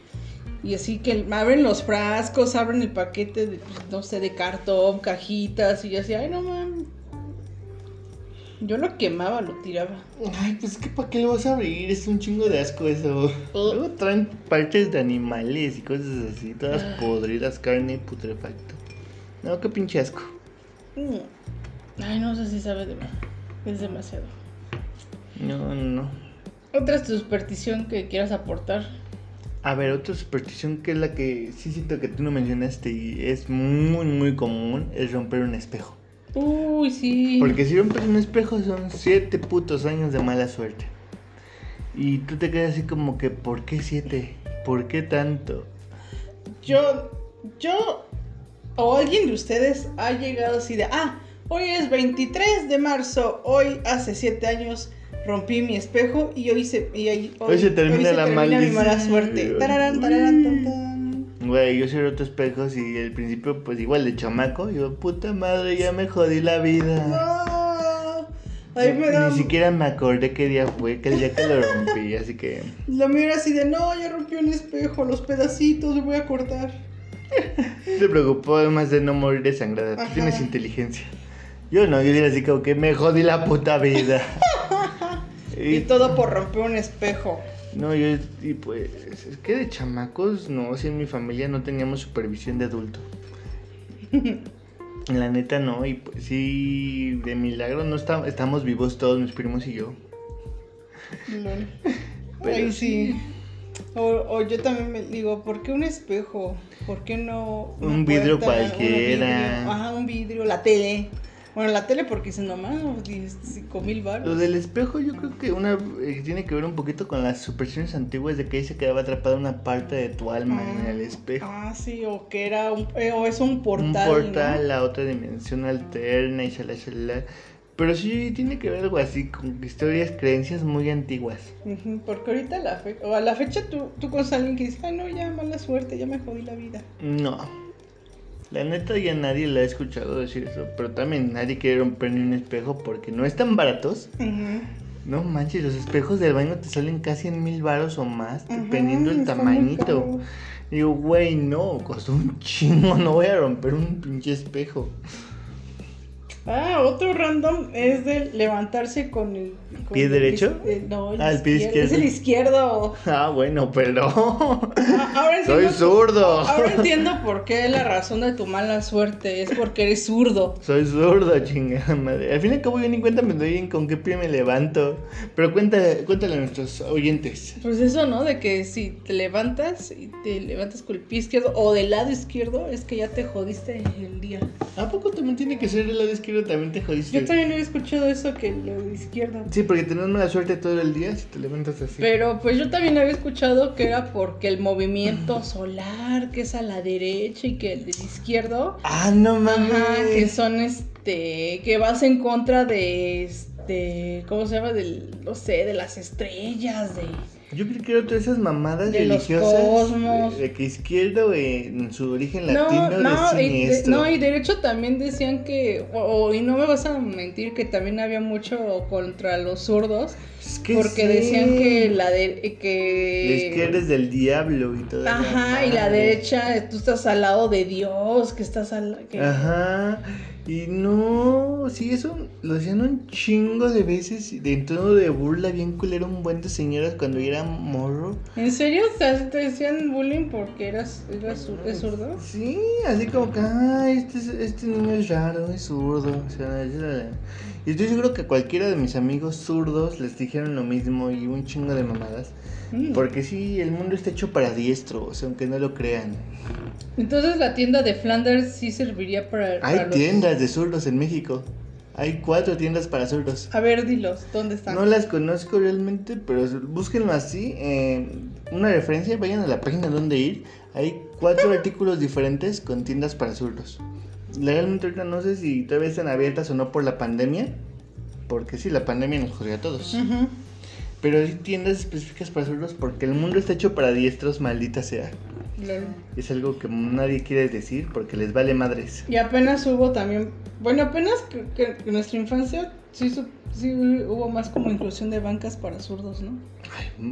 S2: Y así que abren los frascos, abren el paquete, de, pues, no sé, de cartón, cajitas. Y yo así, ay, no mames. Yo lo quemaba, lo tiraba.
S1: Ay, pues que para qué lo vas a abrir, es un chingo de asco eso. Luego traen partes de animales y cosas así, todas podridas, carne y putrefacto. No, qué pinche asco.
S2: Mm. Ay, no sé si sabe de Es demasiado.
S1: No, no, no.
S2: Otra superstición que quieras aportar.
S1: A ver, otra superstición que es la que sí siento que tú no mencionaste y es muy, muy común, es romper un espejo.
S2: Uy, sí.
S1: Porque si rompes un espejo son siete putos años de mala suerte. Y tú te quedas así como que, ¿por qué siete? ¿Por qué tanto?
S2: Yo, yo, o alguien de ustedes ha llegado así de, ah, hoy es 23 de marzo, hoy hace 7 años rompí mi espejo y hoy se, y ahí-
S1: Hoy se termina
S2: hoy se
S1: la
S2: termina mi mala
S1: maldición.
S2: suerte. Tararán, tararán, tan, tan.
S1: Uy, Güey, yo soy otros espejos y al principio, pues igual de chamaco, yo, puta madre, ya me jodí la vida.
S2: No. Ahí me da.
S1: Ah. Ni siquiera me acordé qué día fue, que el día que lo rompí, así que.
S2: Lo miro así de, no, ya rompió un espejo, los pedacitos, me voy a cortar.
S1: Se preocupó además de no morir desangrada. Tú
S2: Ajá.
S1: tienes inteligencia. Yo no, yo diría así como que me jodí la puta vida.
S2: Y,
S1: y,
S2: todo por romper un espejo.
S1: no, yo, y pues, es que de chamacos, no, si en mi familia no teníamos supervisión de adulto. La neta no, y pues sí, de milagro no está- estamos vivos todos mis primos y yo.
S2: Lol.
S1: Pero
S2: Ay,
S1: sí.
S2: sí. O, o yo también me digo, ¿por qué un espejo? ¿Por qué no? una
S1: Un vidrio
S2: puerta,
S1: cualquiera.
S2: un vidrio? Ajá, un vidrio, la tele. Bueno, la tele porque dicen, nomás, 5 mil
S1: Lo
S2: baros.
S1: del espejo yo creo que una eh, tiene que ver un poquito con las supersticiones antiguas de que ahí se quedaba atrapada una parte de tu alma en el espejo.
S2: Ah, sí, o que era un, eh, o es un portal.
S1: un
S2: ¿no?
S1: portal a otra dimensión alterna y shalá, shalá. Pero sí tiene que ver algo así con historias, creencias muy antiguas.
S2: Ujú, Porque ahorita la fe- o a la fecha tú, tú conoces a alguien que dice, ay no, ya mala suerte, ya me jodí la vida.
S1: No. La neta ya nadie la ha escuchado decir eso, pero también nadie quiere romper ni un espejo porque no están baratos.
S2: Ujú.
S1: No manches, los espejos del baño te salen casi en mil varos o más,
S2: Ajá,
S1: dependiendo el
S2: está muy
S1: tamañito.
S2: caro.
S1: Digo, güey, no, costó un chingo, no voy a romper un pinche espejo.
S2: Ah, otro random es de levantarse con el... con
S1: ¿Pie
S2: el-
S1: derecho?
S2: eh, no, el,
S1: Ah, el pie
S2: izquierdo. Es el izquierdo.
S1: Ah, bueno, pero
S2: Ah, Ahora
S1: soy
S2: entiendo,
S1: zurdo.
S2: ahora entiendo por qué la razón de tu mala suerte es porque eres zurdo.
S1: Soy zurdo, chingada madre. Al fin y al cabo yo ni cuenta me doy en con qué pie me levanto. Pero cuéntale, cuéntale a nuestros oyentes.
S2: Pues eso, ¿no? De que si te levantas y te levantas con el pie izquierdo o del lado izquierdo, es que ya te jodiste el día.
S1: ¿A poco también tiene que ser el lado izquierdo? También te jodiste.
S2: Yo también he escuchado eso que lo de izquierda.
S1: Sí, porque tenés mala suerte todo el día si te levantas así.
S2: Pero pues yo también había escuchado que era porque el movimiento solar, que es a la derecha y que el del izquierdo,
S1: Ah, no mames.
S2: ajá, que son este, que vas en contra de este, ¿cómo se llama? Del, no sé, de las estrellas, de...
S1: Yo creo que era todas esas mamadas
S2: De los
S1: religiosas.
S2: cosmos.
S1: De, de que izquierdo eh, en su origen
S2: No,
S1: latino
S2: no,
S1: de
S2: y de,
S1: siniestro.
S2: no, y derecho también decían que, o- o- y no me vas a mentir, que también había mucho contra los zurdos,
S1: Es que
S2: porque
S1: sí.
S2: decían que la de,
S1: La
S2: que...
S1: izquierda es del diablo y todo.
S2: Ajá, y la derecha, eh, tú estás al lado de Dios, que estás al... que-
S1: Ajá. Y no, sí, eso lo hacían un chingo de veces. y De en tono de burla, bien culero, un buen de señoras cuando yo era morro.
S2: ¿En serio? O sea, ¿Te decían bullying porque eras, eras zur- es zurdo?
S1: Sí, así como que, ah, este, es- este niño es raro, es zurdo. O sea, es- eh. y estoy seguro que a cualquiera de mis amigos zurdos les dijeron lo mismo y un chingo de mamadas.
S2: Mm.
S1: Porque sí, el mundo está hecho para diestro, o sea, aunque no lo crean.
S2: Entonces la tienda de Flanders sí serviría para... para
S1: Hay
S2: los-
S1: tiendas de zurdos en México. Hay cuatro tiendas para zurdos.
S2: A ver, dilos, ¿dónde están?
S1: No las conozco realmente, pero búsquenlo así. eh, una referencia, vayan a la página donde ir. Hay cuatro artículos diferentes con tiendas para zurdos. Realmente ahorita no sé si todavía están abiertas o no por la pandemia. Porque sí, la pandemia nos jodió a todos.
S2: Ujú.
S1: Pero hay tiendas específicas para zurdos porque el mundo está hecho para diestros, maldita sea.
S2: Lol.
S1: Es algo que nadie quiere decir porque les vale madres.
S2: Y apenas hubo también... Bueno, apenas que, que- que en nuestra infancia sí, su- sí hubo más como inclusión de bancas para zurdos, ¿no?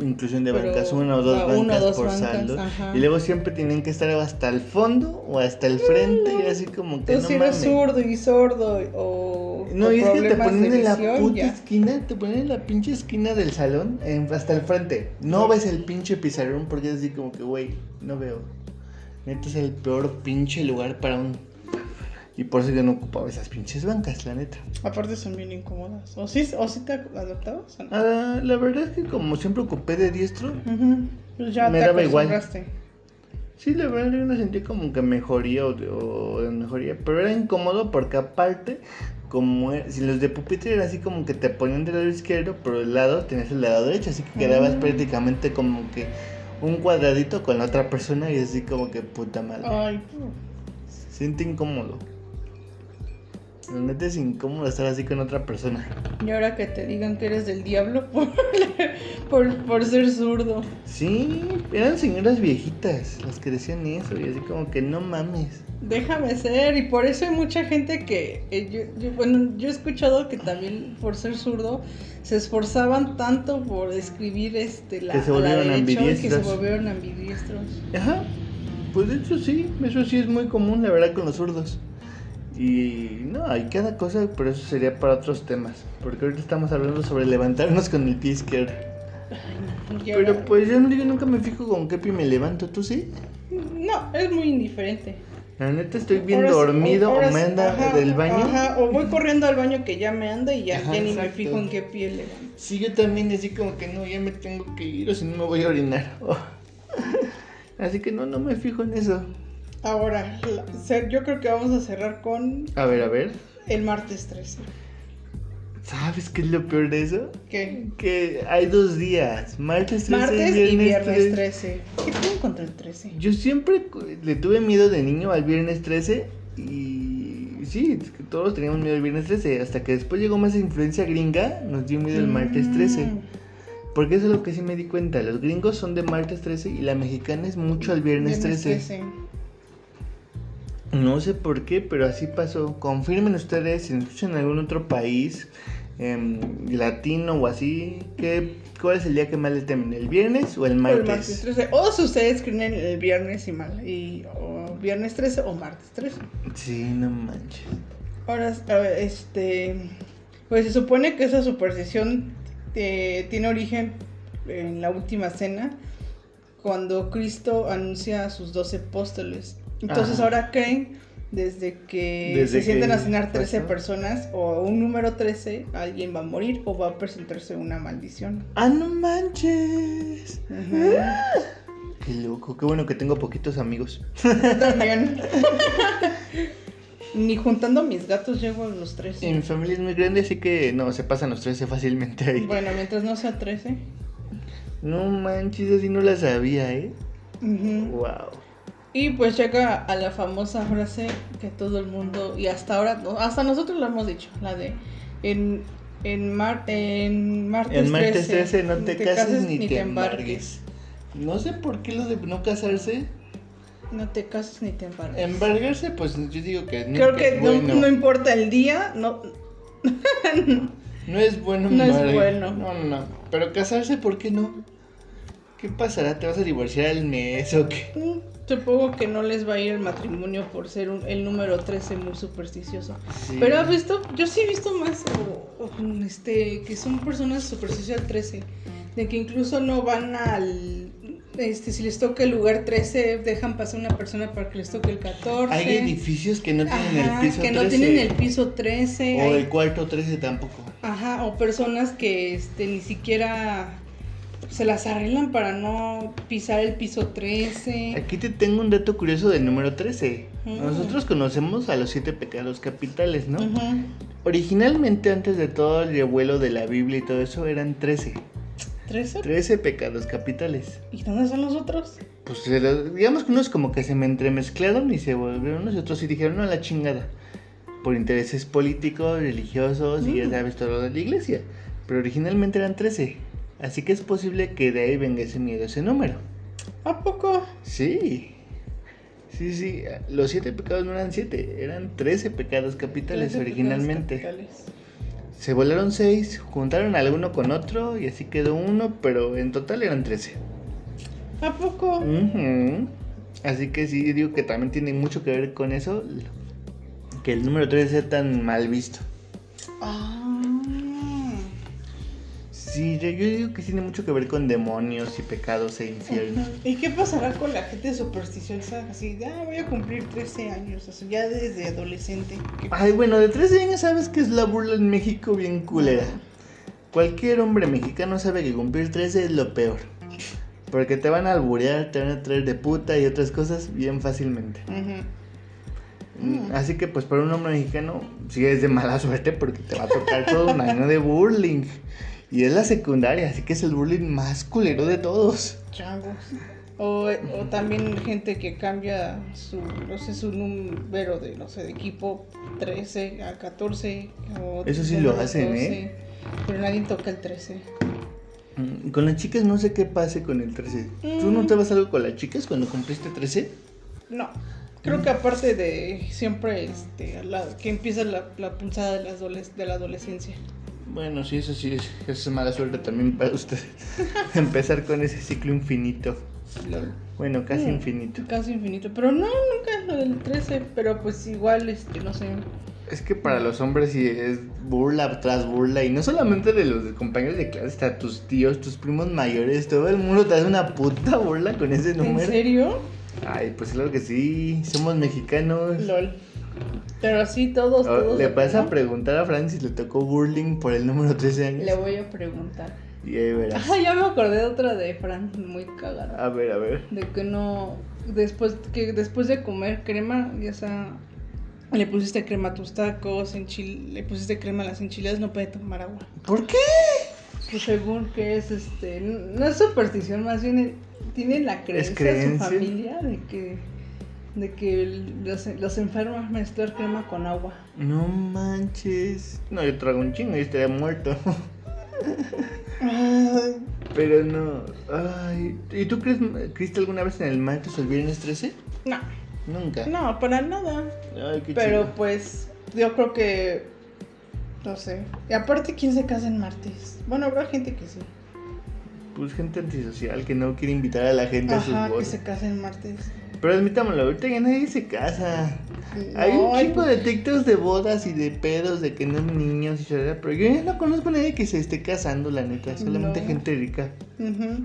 S1: Inclusión de
S2: Pero,
S1: bancas, una o dos
S2: ah,
S1: bancas
S2: una o dos
S1: por
S2: bancas,
S1: saldo.
S2: ajá.
S1: Y luego siempre tienen que estar hasta el fondo o hasta el frente. Y así como que
S2: Entonces
S1: no
S2: si eres
S1: mames.
S2: zurdo y sordo o...
S1: No,
S2: o
S1: y es que te
S2: problemas
S1: ponen
S2: de
S1: en la
S2: visión,
S1: puta
S2: ya.
S1: esquina, te ponen en la pinche esquina del salón, en- hasta el frente. No ves el pinche pizarrón porque es así como que, güey, no veo. Neta es el peor pinche lugar para un. Y por eso yo no ocupaba esas pinches bancas, la neta.
S2: Aparte son bien incómodas. ¿O sí, o sí te adaptabas o no?
S1: Ah, la verdad es que como siempre ocupé de diestro,
S2: Ujú. Pues ya
S1: Me
S2: te
S1: daba igual.
S2: acostumbraste.
S1: Sí, la verdad yo no sentí como que mejoría o, o de mejoría, pero era incómodo porque aparte, como e- si los de pupitre era así como que te ponían del lado izquierdo, pero el lado tenías el lado derecho, así que quedabas
S2: Mm.
S1: prácticamente como que un cuadradito con la otra persona y
S2: Ah.
S1: así como que puta madre.
S2: Ay, pu-
S1: Siente incómodo. La neta es incómodo estar así con otra persona.
S2: Y ahora que te digan que eres del diablo por, por, por ser zurdo.
S1: Sí, eran señoras viejitas las que decían eso y así como que no mames.
S2: Déjame ser, y por eso hay mucha gente que, eh, yo, yo- bueno, yo he escuchado que también por ser zurdo se esforzaban tanto por escribir este, la,
S1: Que se
S2: a la
S1: volvieron
S2: derecha que se
S1: ambidiestros.
S2: volvieron ambidiestros.
S1: Ajá. Pues de hecho sí, eso sí es muy común, la verdad, con los zurdos. Y no, hay cada cosa, pero eso sería para otros temas. Porque ahorita estamos hablando sobre levantarnos con el pie izquierdo.
S2: Y ahora-
S1: Pero pues yo, no- yo nunca me fijo con qué pie me levanto, ¿tú sí?
S2: No, es muy indiferente.
S1: La neta estoy bien
S2: Ahora sí-
S1: dormido
S2: ahora
S1: o
S2: sí-
S1: me anda
S2: ajá,
S1: del baño.
S2: Ajá, o voy corriendo al baño que ya me anda y ya,
S1: Ajá,
S2: ya ni me
S1: exacto.
S2: fijo en qué pie le van.
S1: Sí, yo también así como que no, ya me tengo que ir o si no me voy a orinar. así que no, no me fijo en eso.
S2: Ahora, la- cer- yo creo que vamos a cerrar con
S1: A ver, a ver.
S2: el martes 13.
S1: ¿Sabes qué es lo peor de eso?
S2: ¿Qué?
S1: Que hay dos días, martes 13
S2: Martes y
S1: 13.
S2: viernes 13. ¿Qué tengo contra el 13?
S1: Yo siempre cu- le tuve miedo de niño al viernes 13 y sí, es que todos teníamos miedo al viernes 13, hasta que después llegó más influencia gringa, nos dio miedo el martes 13.
S2: Mm,
S1: Porque eso es lo que sí me di cuenta, los gringos son de martes 13 y la mexicana es mucho al viernes 13. No sé por qué, pero así pasó. Confirmen ustedes si nos escuchan en algún otro país em, latino o así. ¿qué, ¿Cuál es el día que más le temen? ¿El viernes o el
S2: O
S1: martes?
S2: el martes 13. O si ustedes creen el- el viernes y mal. Y, o viernes 13 o martes 13.
S1: Sí, no manches.
S2: Ahora, a ver, este. Pues se supone que esa superstición eh, tiene origen en la última cena, cuando Cristo anuncia a sus doce apóstoles. Entonces
S1: Ajá.
S2: ahora creen desde que
S1: Desde
S2: se sienten
S1: que
S2: a cenar 13
S1: pasó.
S2: personas o un número 13, alguien va a morir o va a presentarse una maldición.
S1: ¡Ah, no manches!
S2: Ajá.
S1: Qué loco, qué bueno que tengo poquitos amigos.
S2: Yo también. Ni juntando a mis gatos llego a los 13.
S1: Y mi familia es muy grande, así que no, se pasan los 13 fácilmente ahí.
S2: Bueno, mientras no sea 13.
S1: No manches, así no la sabía, ¿eh?
S2: Ujú.
S1: ¡Wow!
S2: Y pues llega a la famosa frase que todo el mundo, y hasta ahora, no, hasta nosotros lo hemos dicho, la de en, en, mar- en martes,
S1: En martes 13 no te, cases, ni, te
S2: embarques.
S1: embargues. No sé por qué los de no casarse
S2: No te cases ni te embarques.
S1: Embargarse, pues yo digo que no,
S2: Creo que
S1: es
S2: no,
S1: bueno.
S2: no em- importa el día, no,
S1: No es bueno.
S2: no es
S1: embargar-
S2: bueno.
S1: No, no, no. Pero casarse, ¿por qué no? ¿Qué pasará? ¿Te vas a divorciar al mes o qué?
S2: mm, supongo que no les va a ir el matrimonio por ser un- el número 13 muy supersticioso. Pero has visto, yo sí he visto más o- o, este, que son personas supersticiosas al 13, de que incluso no van al, este, si les toca el lugar 13, dejan pasar una persona para que les toque el 14.
S1: Hay edificios que no tienen
S2: Ajá,
S1: el piso
S2: que no
S1: 13,
S2: tienen el piso 13.
S1: O
S2: hay-
S1: el cuarto 13 tampoco.
S2: ajá, o personas que este, ni siquiera se las arreglan para no pisar el piso 13.
S1: Aquí te tengo un dato curioso del número 13.
S2: Mm.
S1: Nosotros conocemos a los siete pecados capitales, ¿no?
S2: Ujú.
S1: Originalmente, antes de todo el revuelo de la Biblia y todo eso, eran 13.
S2: 13.
S1: 13 pecados capitales.
S2: ¿Y dónde son los otros?
S1: Pues se lo- digamos que unos como que se me entremezclaron y se volvieron unos y otros y dijeron no a la chingada. Por intereses políticos, religiosos y ya
S2: Mm.
S1: sabes todo lo de la iglesia. Pero originalmente eran 13. Así que es posible que de ahí venga ese miedo, ese número.
S2: ¿A poco?
S1: Sí. Sí, sí. Los siete pecados no eran siete, eran 13 pecados capitales
S2: 13 pecados
S1: originalmente.
S2: capitales.
S1: Se volaron seis, juntaron alguno con otro y así quedó uno, pero en total eran 13.
S2: ¿A poco?
S1: Ujú. Así que sí, digo que también tiene mucho que ver con eso, lo- que el número 3 sea tan mal visto.
S2: Ah.
S1: Sí, yo, yo digo que tiene mucho que ver con demonios y pecados e infiernos.
S2: ¿Y qué pasará con la gente supersticiosa? Así, ya voy a cumplir 13 años, o sea, ya desde adolescente. ¿Qué-
S1: Ay, bueno, de 13 años sabes que es la burla en México bien culera. Cualquier hombre mexicano sabe que cumplir 13 es lo peor. Porque te van a alburear, te van a traer de puta y otras cosas bien fácilmente.
S2: Ujú.
S1: Mm, Así que pues para un hombre mexicano sí es de mala suerte porque te va a tocar todo un año de burling. Y es la secundaria, así que es el burling más culero de todos.
S2: Changos. O, o también gente que cambia su, no sé, su número de, no sé, de equipo 13 a 14. O
S1: Eso sí lo hacen, ¿eh?
S2: Pero nadie toca el 13.
S1: Mm, Con las chicas no sé qué pase con el 13. ¿Tú no te vas algo con las chicas cuando cumpliste 13?
S2: No. Creo que aparte de siempre este, la- que empieza la, la punzada de la, adoles- de la adolescencia.
S1: Bueno, sí, eso sí, es, eso es mala suerte también para ustedes. Empezar con ese ciclo infinito. Bueno, casi
S2: Mm.
S1: infinito.
S2: Casi infinito. Pero no, nunca lo del 13. Pero pues igual, este, no sé.
S1: Es que para los hombres sí es burla tras burla. Y no solamente de los compañeros de clase, hasta tus tíos, tus primos mayores, todo el mundo te hace una puta burla con ese
S2: ¿En
S1: número.
S2: serio?
S1: Ay, pues claro que sí, somos mexicanos.
S2: LOL. Pero así todos,
S1: Oh,
S2: todos.
S1: Le
S2: ¿no?
S1: vas a preguntar a Francis, le tocó burling por el número 13 años.
S2: Le voy a preguntar.
S1: Y ahí verás.
S2: Ah, ya me acordé de otra de Fran, muy cagada.
S1: A ver, a ver.
S2: De que no. Después, que después de comer crema, ya sea. Le pusiste crema a tus tacos, enchil- le pusiste crema a las enchiladas, no puede tomar agua.
S1: ¿Por qué?
S2: Pues según que es este, no es superstición, más bien eh, tiene la creencia,
S1: creencia.
S2: su familia de que de que el- los, los enfermos mezclar crema con agua.
S1: No manches. No, yo trago un chingo y estaría muerto.
S2: Ah,
S1: Pero no. Ay. ¿Y tú crees, creíste alguna vez en el martes o el viernes 13?
S2: No,
S1: Nunca.
S2: no, para nada.
S1: Ay, qué
S2: Pero
S1: chido.
S2: pues yo creo que no sé. Y aparte quién se casa en martes. Bueno, habrá gente que sí.
S1: Pues gente antisocial que no quiere invitar a la gente a
S2: Ajá,
S1: sus
S2: que
S1: bodas.
S2: se casa en martes.
S1: Pero admitámoslo, ahorita ya nadie se casa. Hay
S2: No,
S1: un
S2: hay-
S1: chico de TikToks de bodas y de pedos, de que no niños y chalala, pero yo ya no conozco a nadie que se esté casando, la neta, solamente
S2: No.
S1: gente rica.
S2: Ujú.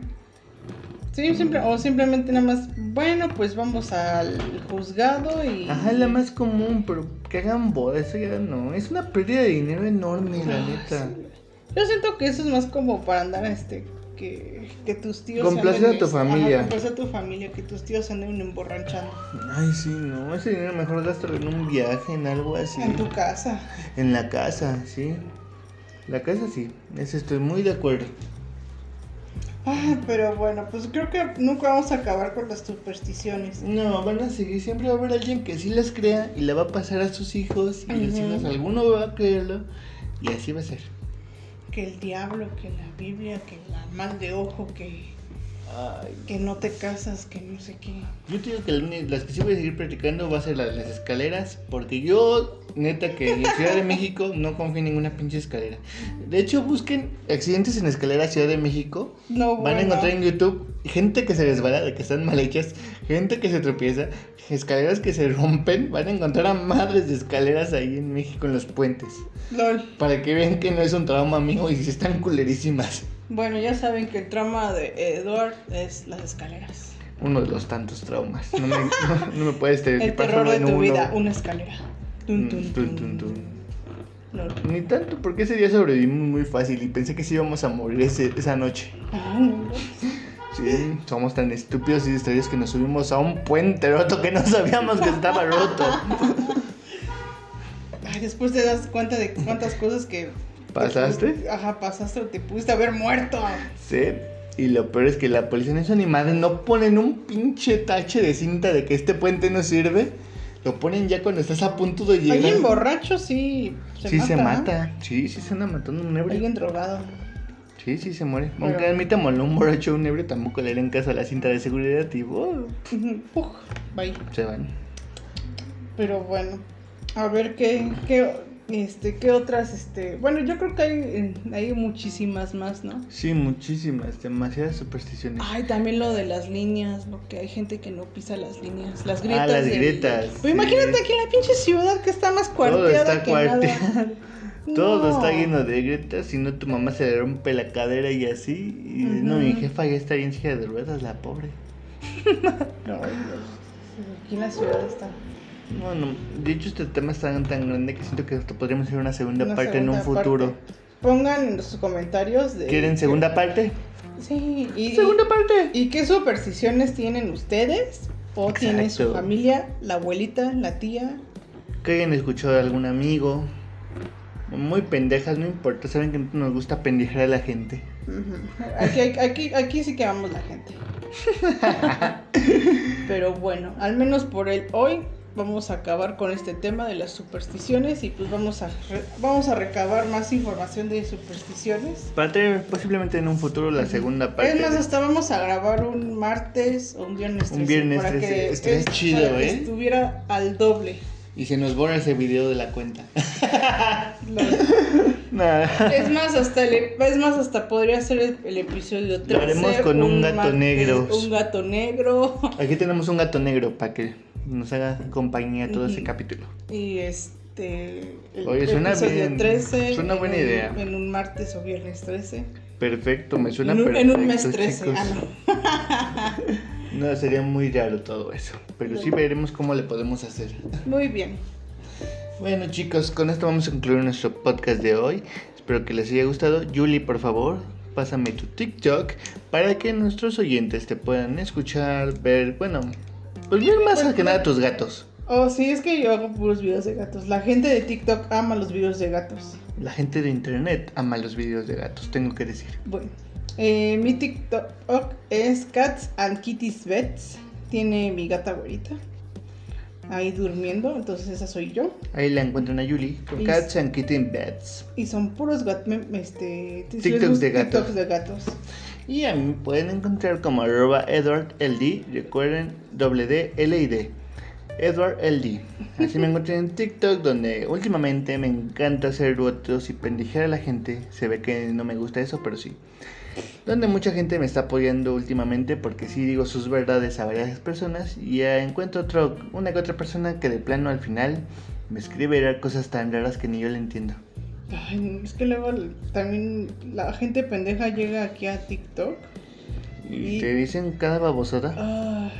S2: Sí, simple- o simplemente nada más, bueno, pues vamos al juzgado y...
S1: Ajá, es la más común, pero que hagan bodas, eso ya no. Es una pérdida de dinero enorme, la
S2: Ah,
S1: neta.
S2: sí. Yo siento que eso es más como para andar, este, que, que tus tíos...
S1: Complacer
S2: anden-
S1: a tu familia.
S2: Ajá, complacer a tu familia, que tus tíos anden emborrachando
S1: Ay, sí, no, ese dinero mejor gástalo en un viaje, en algo así.
S2: en tu casa.
S1: En la casa, sí. La casa sí, eso estoy muy de acuerdo.
S2: Ah, pero bueno, pues creo que nunca vamos a acabar con las supersticiones.
S1: No, van a seguir, siempre va a haber alguien que sí las crea y la va a pasar a sus hijos y los
S2: Ujú.
S1: hijos, alguno va a creerlo y así va a ser.
S2: Que el diablo, que la Biblia, que la mal de ojo, que,
S1: Ay,
S2: que no te casas, que no sé qué.
S1: Yo te digo que la uni- las que sí voy a seguir practicando va a ser las, de las escaleras, porque yo, neta, que en Ciudad de México no confío en ninguna pinche escalera. De hecho, busquen accidentes en escaleras Ciudad de México.
S2: No,
S1: Van
S2: Oh, bueno.
S1: a encontrar en YouTube gente que se desbala, de que están mal hechas, gente que se tropieza, escaleras que se rompen. Van a encontrar a madres de escaleras ahí en México en los puentes.
S2: LOL.
S1: Para que vean que no es un trauma mío y si están culerísimas.
S2: Bueno, ya saben que el trauma de Edward es las escaleras.
S1: Uno de los tantos traumas. No me, no, no me puedes
S2: El
S1: estereotipar
S2: terror
S1: solo
S2: de
S1: en
S2: tu
S1: uno.
S2: vida, una escalera. Tun,
S1: Mm,
S2: tun,
S1: tun, tun,
S2: tun.
S1: tun.
S2: No, no.
S1: Ni tanto, porque ese día sobrevivimos muy fácil y pensé que sí íbamos a morir ese- esa noche.
S2: Ah, no.
S1: Sí, somos tan estúpidos y distraídos que nos subimos a un puente roto que no sabíamos que estaba roto.
S2: Ay, después te das cuenta de cuántas cosas que...
S1: ¿Pasaste?
S2: te pu- Ajá, pasaste o te pudiste haber muerto.
S1: Sí, y lo peor es que la policía en su animada no ponen un pinche tache de cinta de que este puente no sirve. Lo ponen ya cuando estás a punto de llegar.
S2: Alguien borracho sí se
S1: sí,
S2: mata.
S1: se
S2: ¿no?
S1: mata. Sí, sí, se anda matando un ebrio.
S2: Alguien drogado.
S1: Sí, sí, se muere.
S2: Pero-
S1: Aunque admitámoslo, un borracho un ebrio tampoco le en caso a la cinta de seguridad y ¡oh!
S2: Ujú, uj, Bye.
S1: se van.
S2: Pero bueno, a ver qué, qué, este, qué otras, este... Bueno, yo creo que hay, eh, hay muchísimas más, ¿no?
S1: Sí, muchísimas, demasiadas supersticiones.
S2: Ay, también lo de las líneas, lo que hay gente que no pisa las líneas, las grietas.
S1: Ah, las
S2: del-
S1: grietas,
S2: Pero
S1: sí.
S2: imagínate aquí en la pinche ciudad que está más cuarteada
S1: Todo está
S2: que nada.
S1: cuarteado. Todo
S2: No.
S1: está lleno de grietas, si no tu mamá se le rompe la cadera y así. Y no, mi
S2: Ujú.
S1: jefa ya está bien silla de ruedas, la pobre.
S2: Aquí en la ciudad está.
S1: No, no, de hecho este tema es tan, tan grande que siento que esto podríamos hacer una segunda
S2: una
S1: parte en un
S2: segunda
S1: futuro.
S2: parte. Pongan en sus comentarios de...
S1: ¿Quieren segunda parte?
S2: Sí. Y,
S1: parte!
S2: ¿Y qué supersticiones tienen ustedes? ¿O tiene su
S1: Exacto.
S2: familia, la abuelita, la tía?
S1: Que hayan escuchado de algún amigo. Muy pendejas, no importa, saben que nos gusta pendejar a la gente.
S2: Ujú. Aquí, aquí, aquí sí que amamos la gente. Pero bueno, al menos por el hoy vamos a acabar con este tema de las supersticiones y pues vamos a re- vamos a recabar más información de supersticiones.
S1: Para tener posiblemente en un futuro la segunda parte.
S2: Es más,
S1: de-
S2: hasta vamos a grabar un martes o un viernes
S1: Un viernes
S2: para
S1: 13,
S2: que
S1: estaría
S2: es-
S1: chido,
S2: para que
S1: ¿eh?
S2: estuviera al doble.
S1: Y se nos borra ese video de la cuenta.
S2: Lo-
S1: Nada.
S2: es más, hasta el, e- es más, hasta podría ser el, el episodio 13.
S1: haremos con un gato
S2: martes,
S1: negro.
S2: Un gato negro.
S1: Aquí tenemos un gato negro para que nos haga compañía todo ese
S2: Ujú.
S1: capítulo.
S2: Y este. El
S1: Oye, suena
S2: episodio
S1: bien.
S2: 13.
S1: Suena
S2: en
S1: buena
S2: un-
S1: idea.
S2: En un martes o viernes 13.
S1: Perfecto, me suena
S2: en, un, en
S1: perfecto.
S2: un mes 13.
S1: chicos.
S2: Ah, no.
S1: No, sería muy raro todo eso. Pero sí veremos cómo le podemos hacer.
S2: Muy bien.
S1: Bueno, chicos, con esto vamos a concluir nuestro podcast de hoy. Espero que les haya gustado. Julie, por favor, pásame tu TikTok para que nuestros oyentes te puedan escuchar, ver, bueno, pues ver más que nada a tus gatos.
S2: Oh, sí, es que yo hago puros videos de gatos. La gente de TikTok ama los videos de gatos.
S1: La gente de internet ama los videos de gatos, tengo que decir.
S2: Bueno, eh, mi TikTok es Cats and Kitties Beds. Tiene mi gata güerita ahí durmiendo, entonces esa soy yo.
S1: Ahí la encuentran a Julie con
S2: Y-
S1: Cats and Kitten Beds.
S2: Y son puros gat- mem- este, si les
S1: TikToks
S2: gusta-
S1: de gatos.
S2: TikToks de gatos.
S1: Y a mí me pueden encontrar como arroba edwardld, recuerden doble D, L y D. Edward LD. Así me encuentran en TikTok, donde últimamente me encanta hacer votos y pendejear a la gente. Se ve que no me gusta eso, pero sí. Donde mucha gente me está apoyando últimamente porque sí digo sus verdades a varias personas y eh, encuentro otro, una que otra persona que de plano al final me escribe era cosas tan raras que ni yo le entiendo.
S2: Ay, no, es que luego l- también la gente pendeja llega aquí a TikTok.
S1: Y
S2: Y-
S1: te dicen cada babosada.
S2: Ay.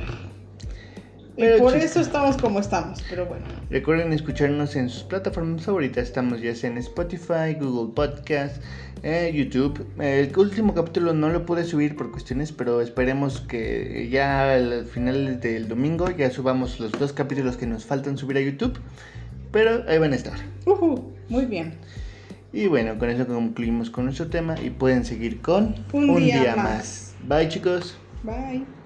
S1: Pero
S2: y por
S1: chica.
S2: eso estamos como estamos, pero bueno.
S1: Recuerden escucharnos en sus plataformas favoritas. Estamos ya sea en Spotify, Google Podcast, eh, YouTube. El último capítulo no lo pude subir por cuestiones, pero esperemos que ya al final del domingo ya subamos los dos capítulos que nos faltan subir a YouTube. Pero ahí van a estar.
S2: Ujú, muy bien.
S1: Y bueno, con eso concluimos con nuestro tema y pueden seguir con
S2: Un día más.
S1: Bye chicos.
S2: Bye.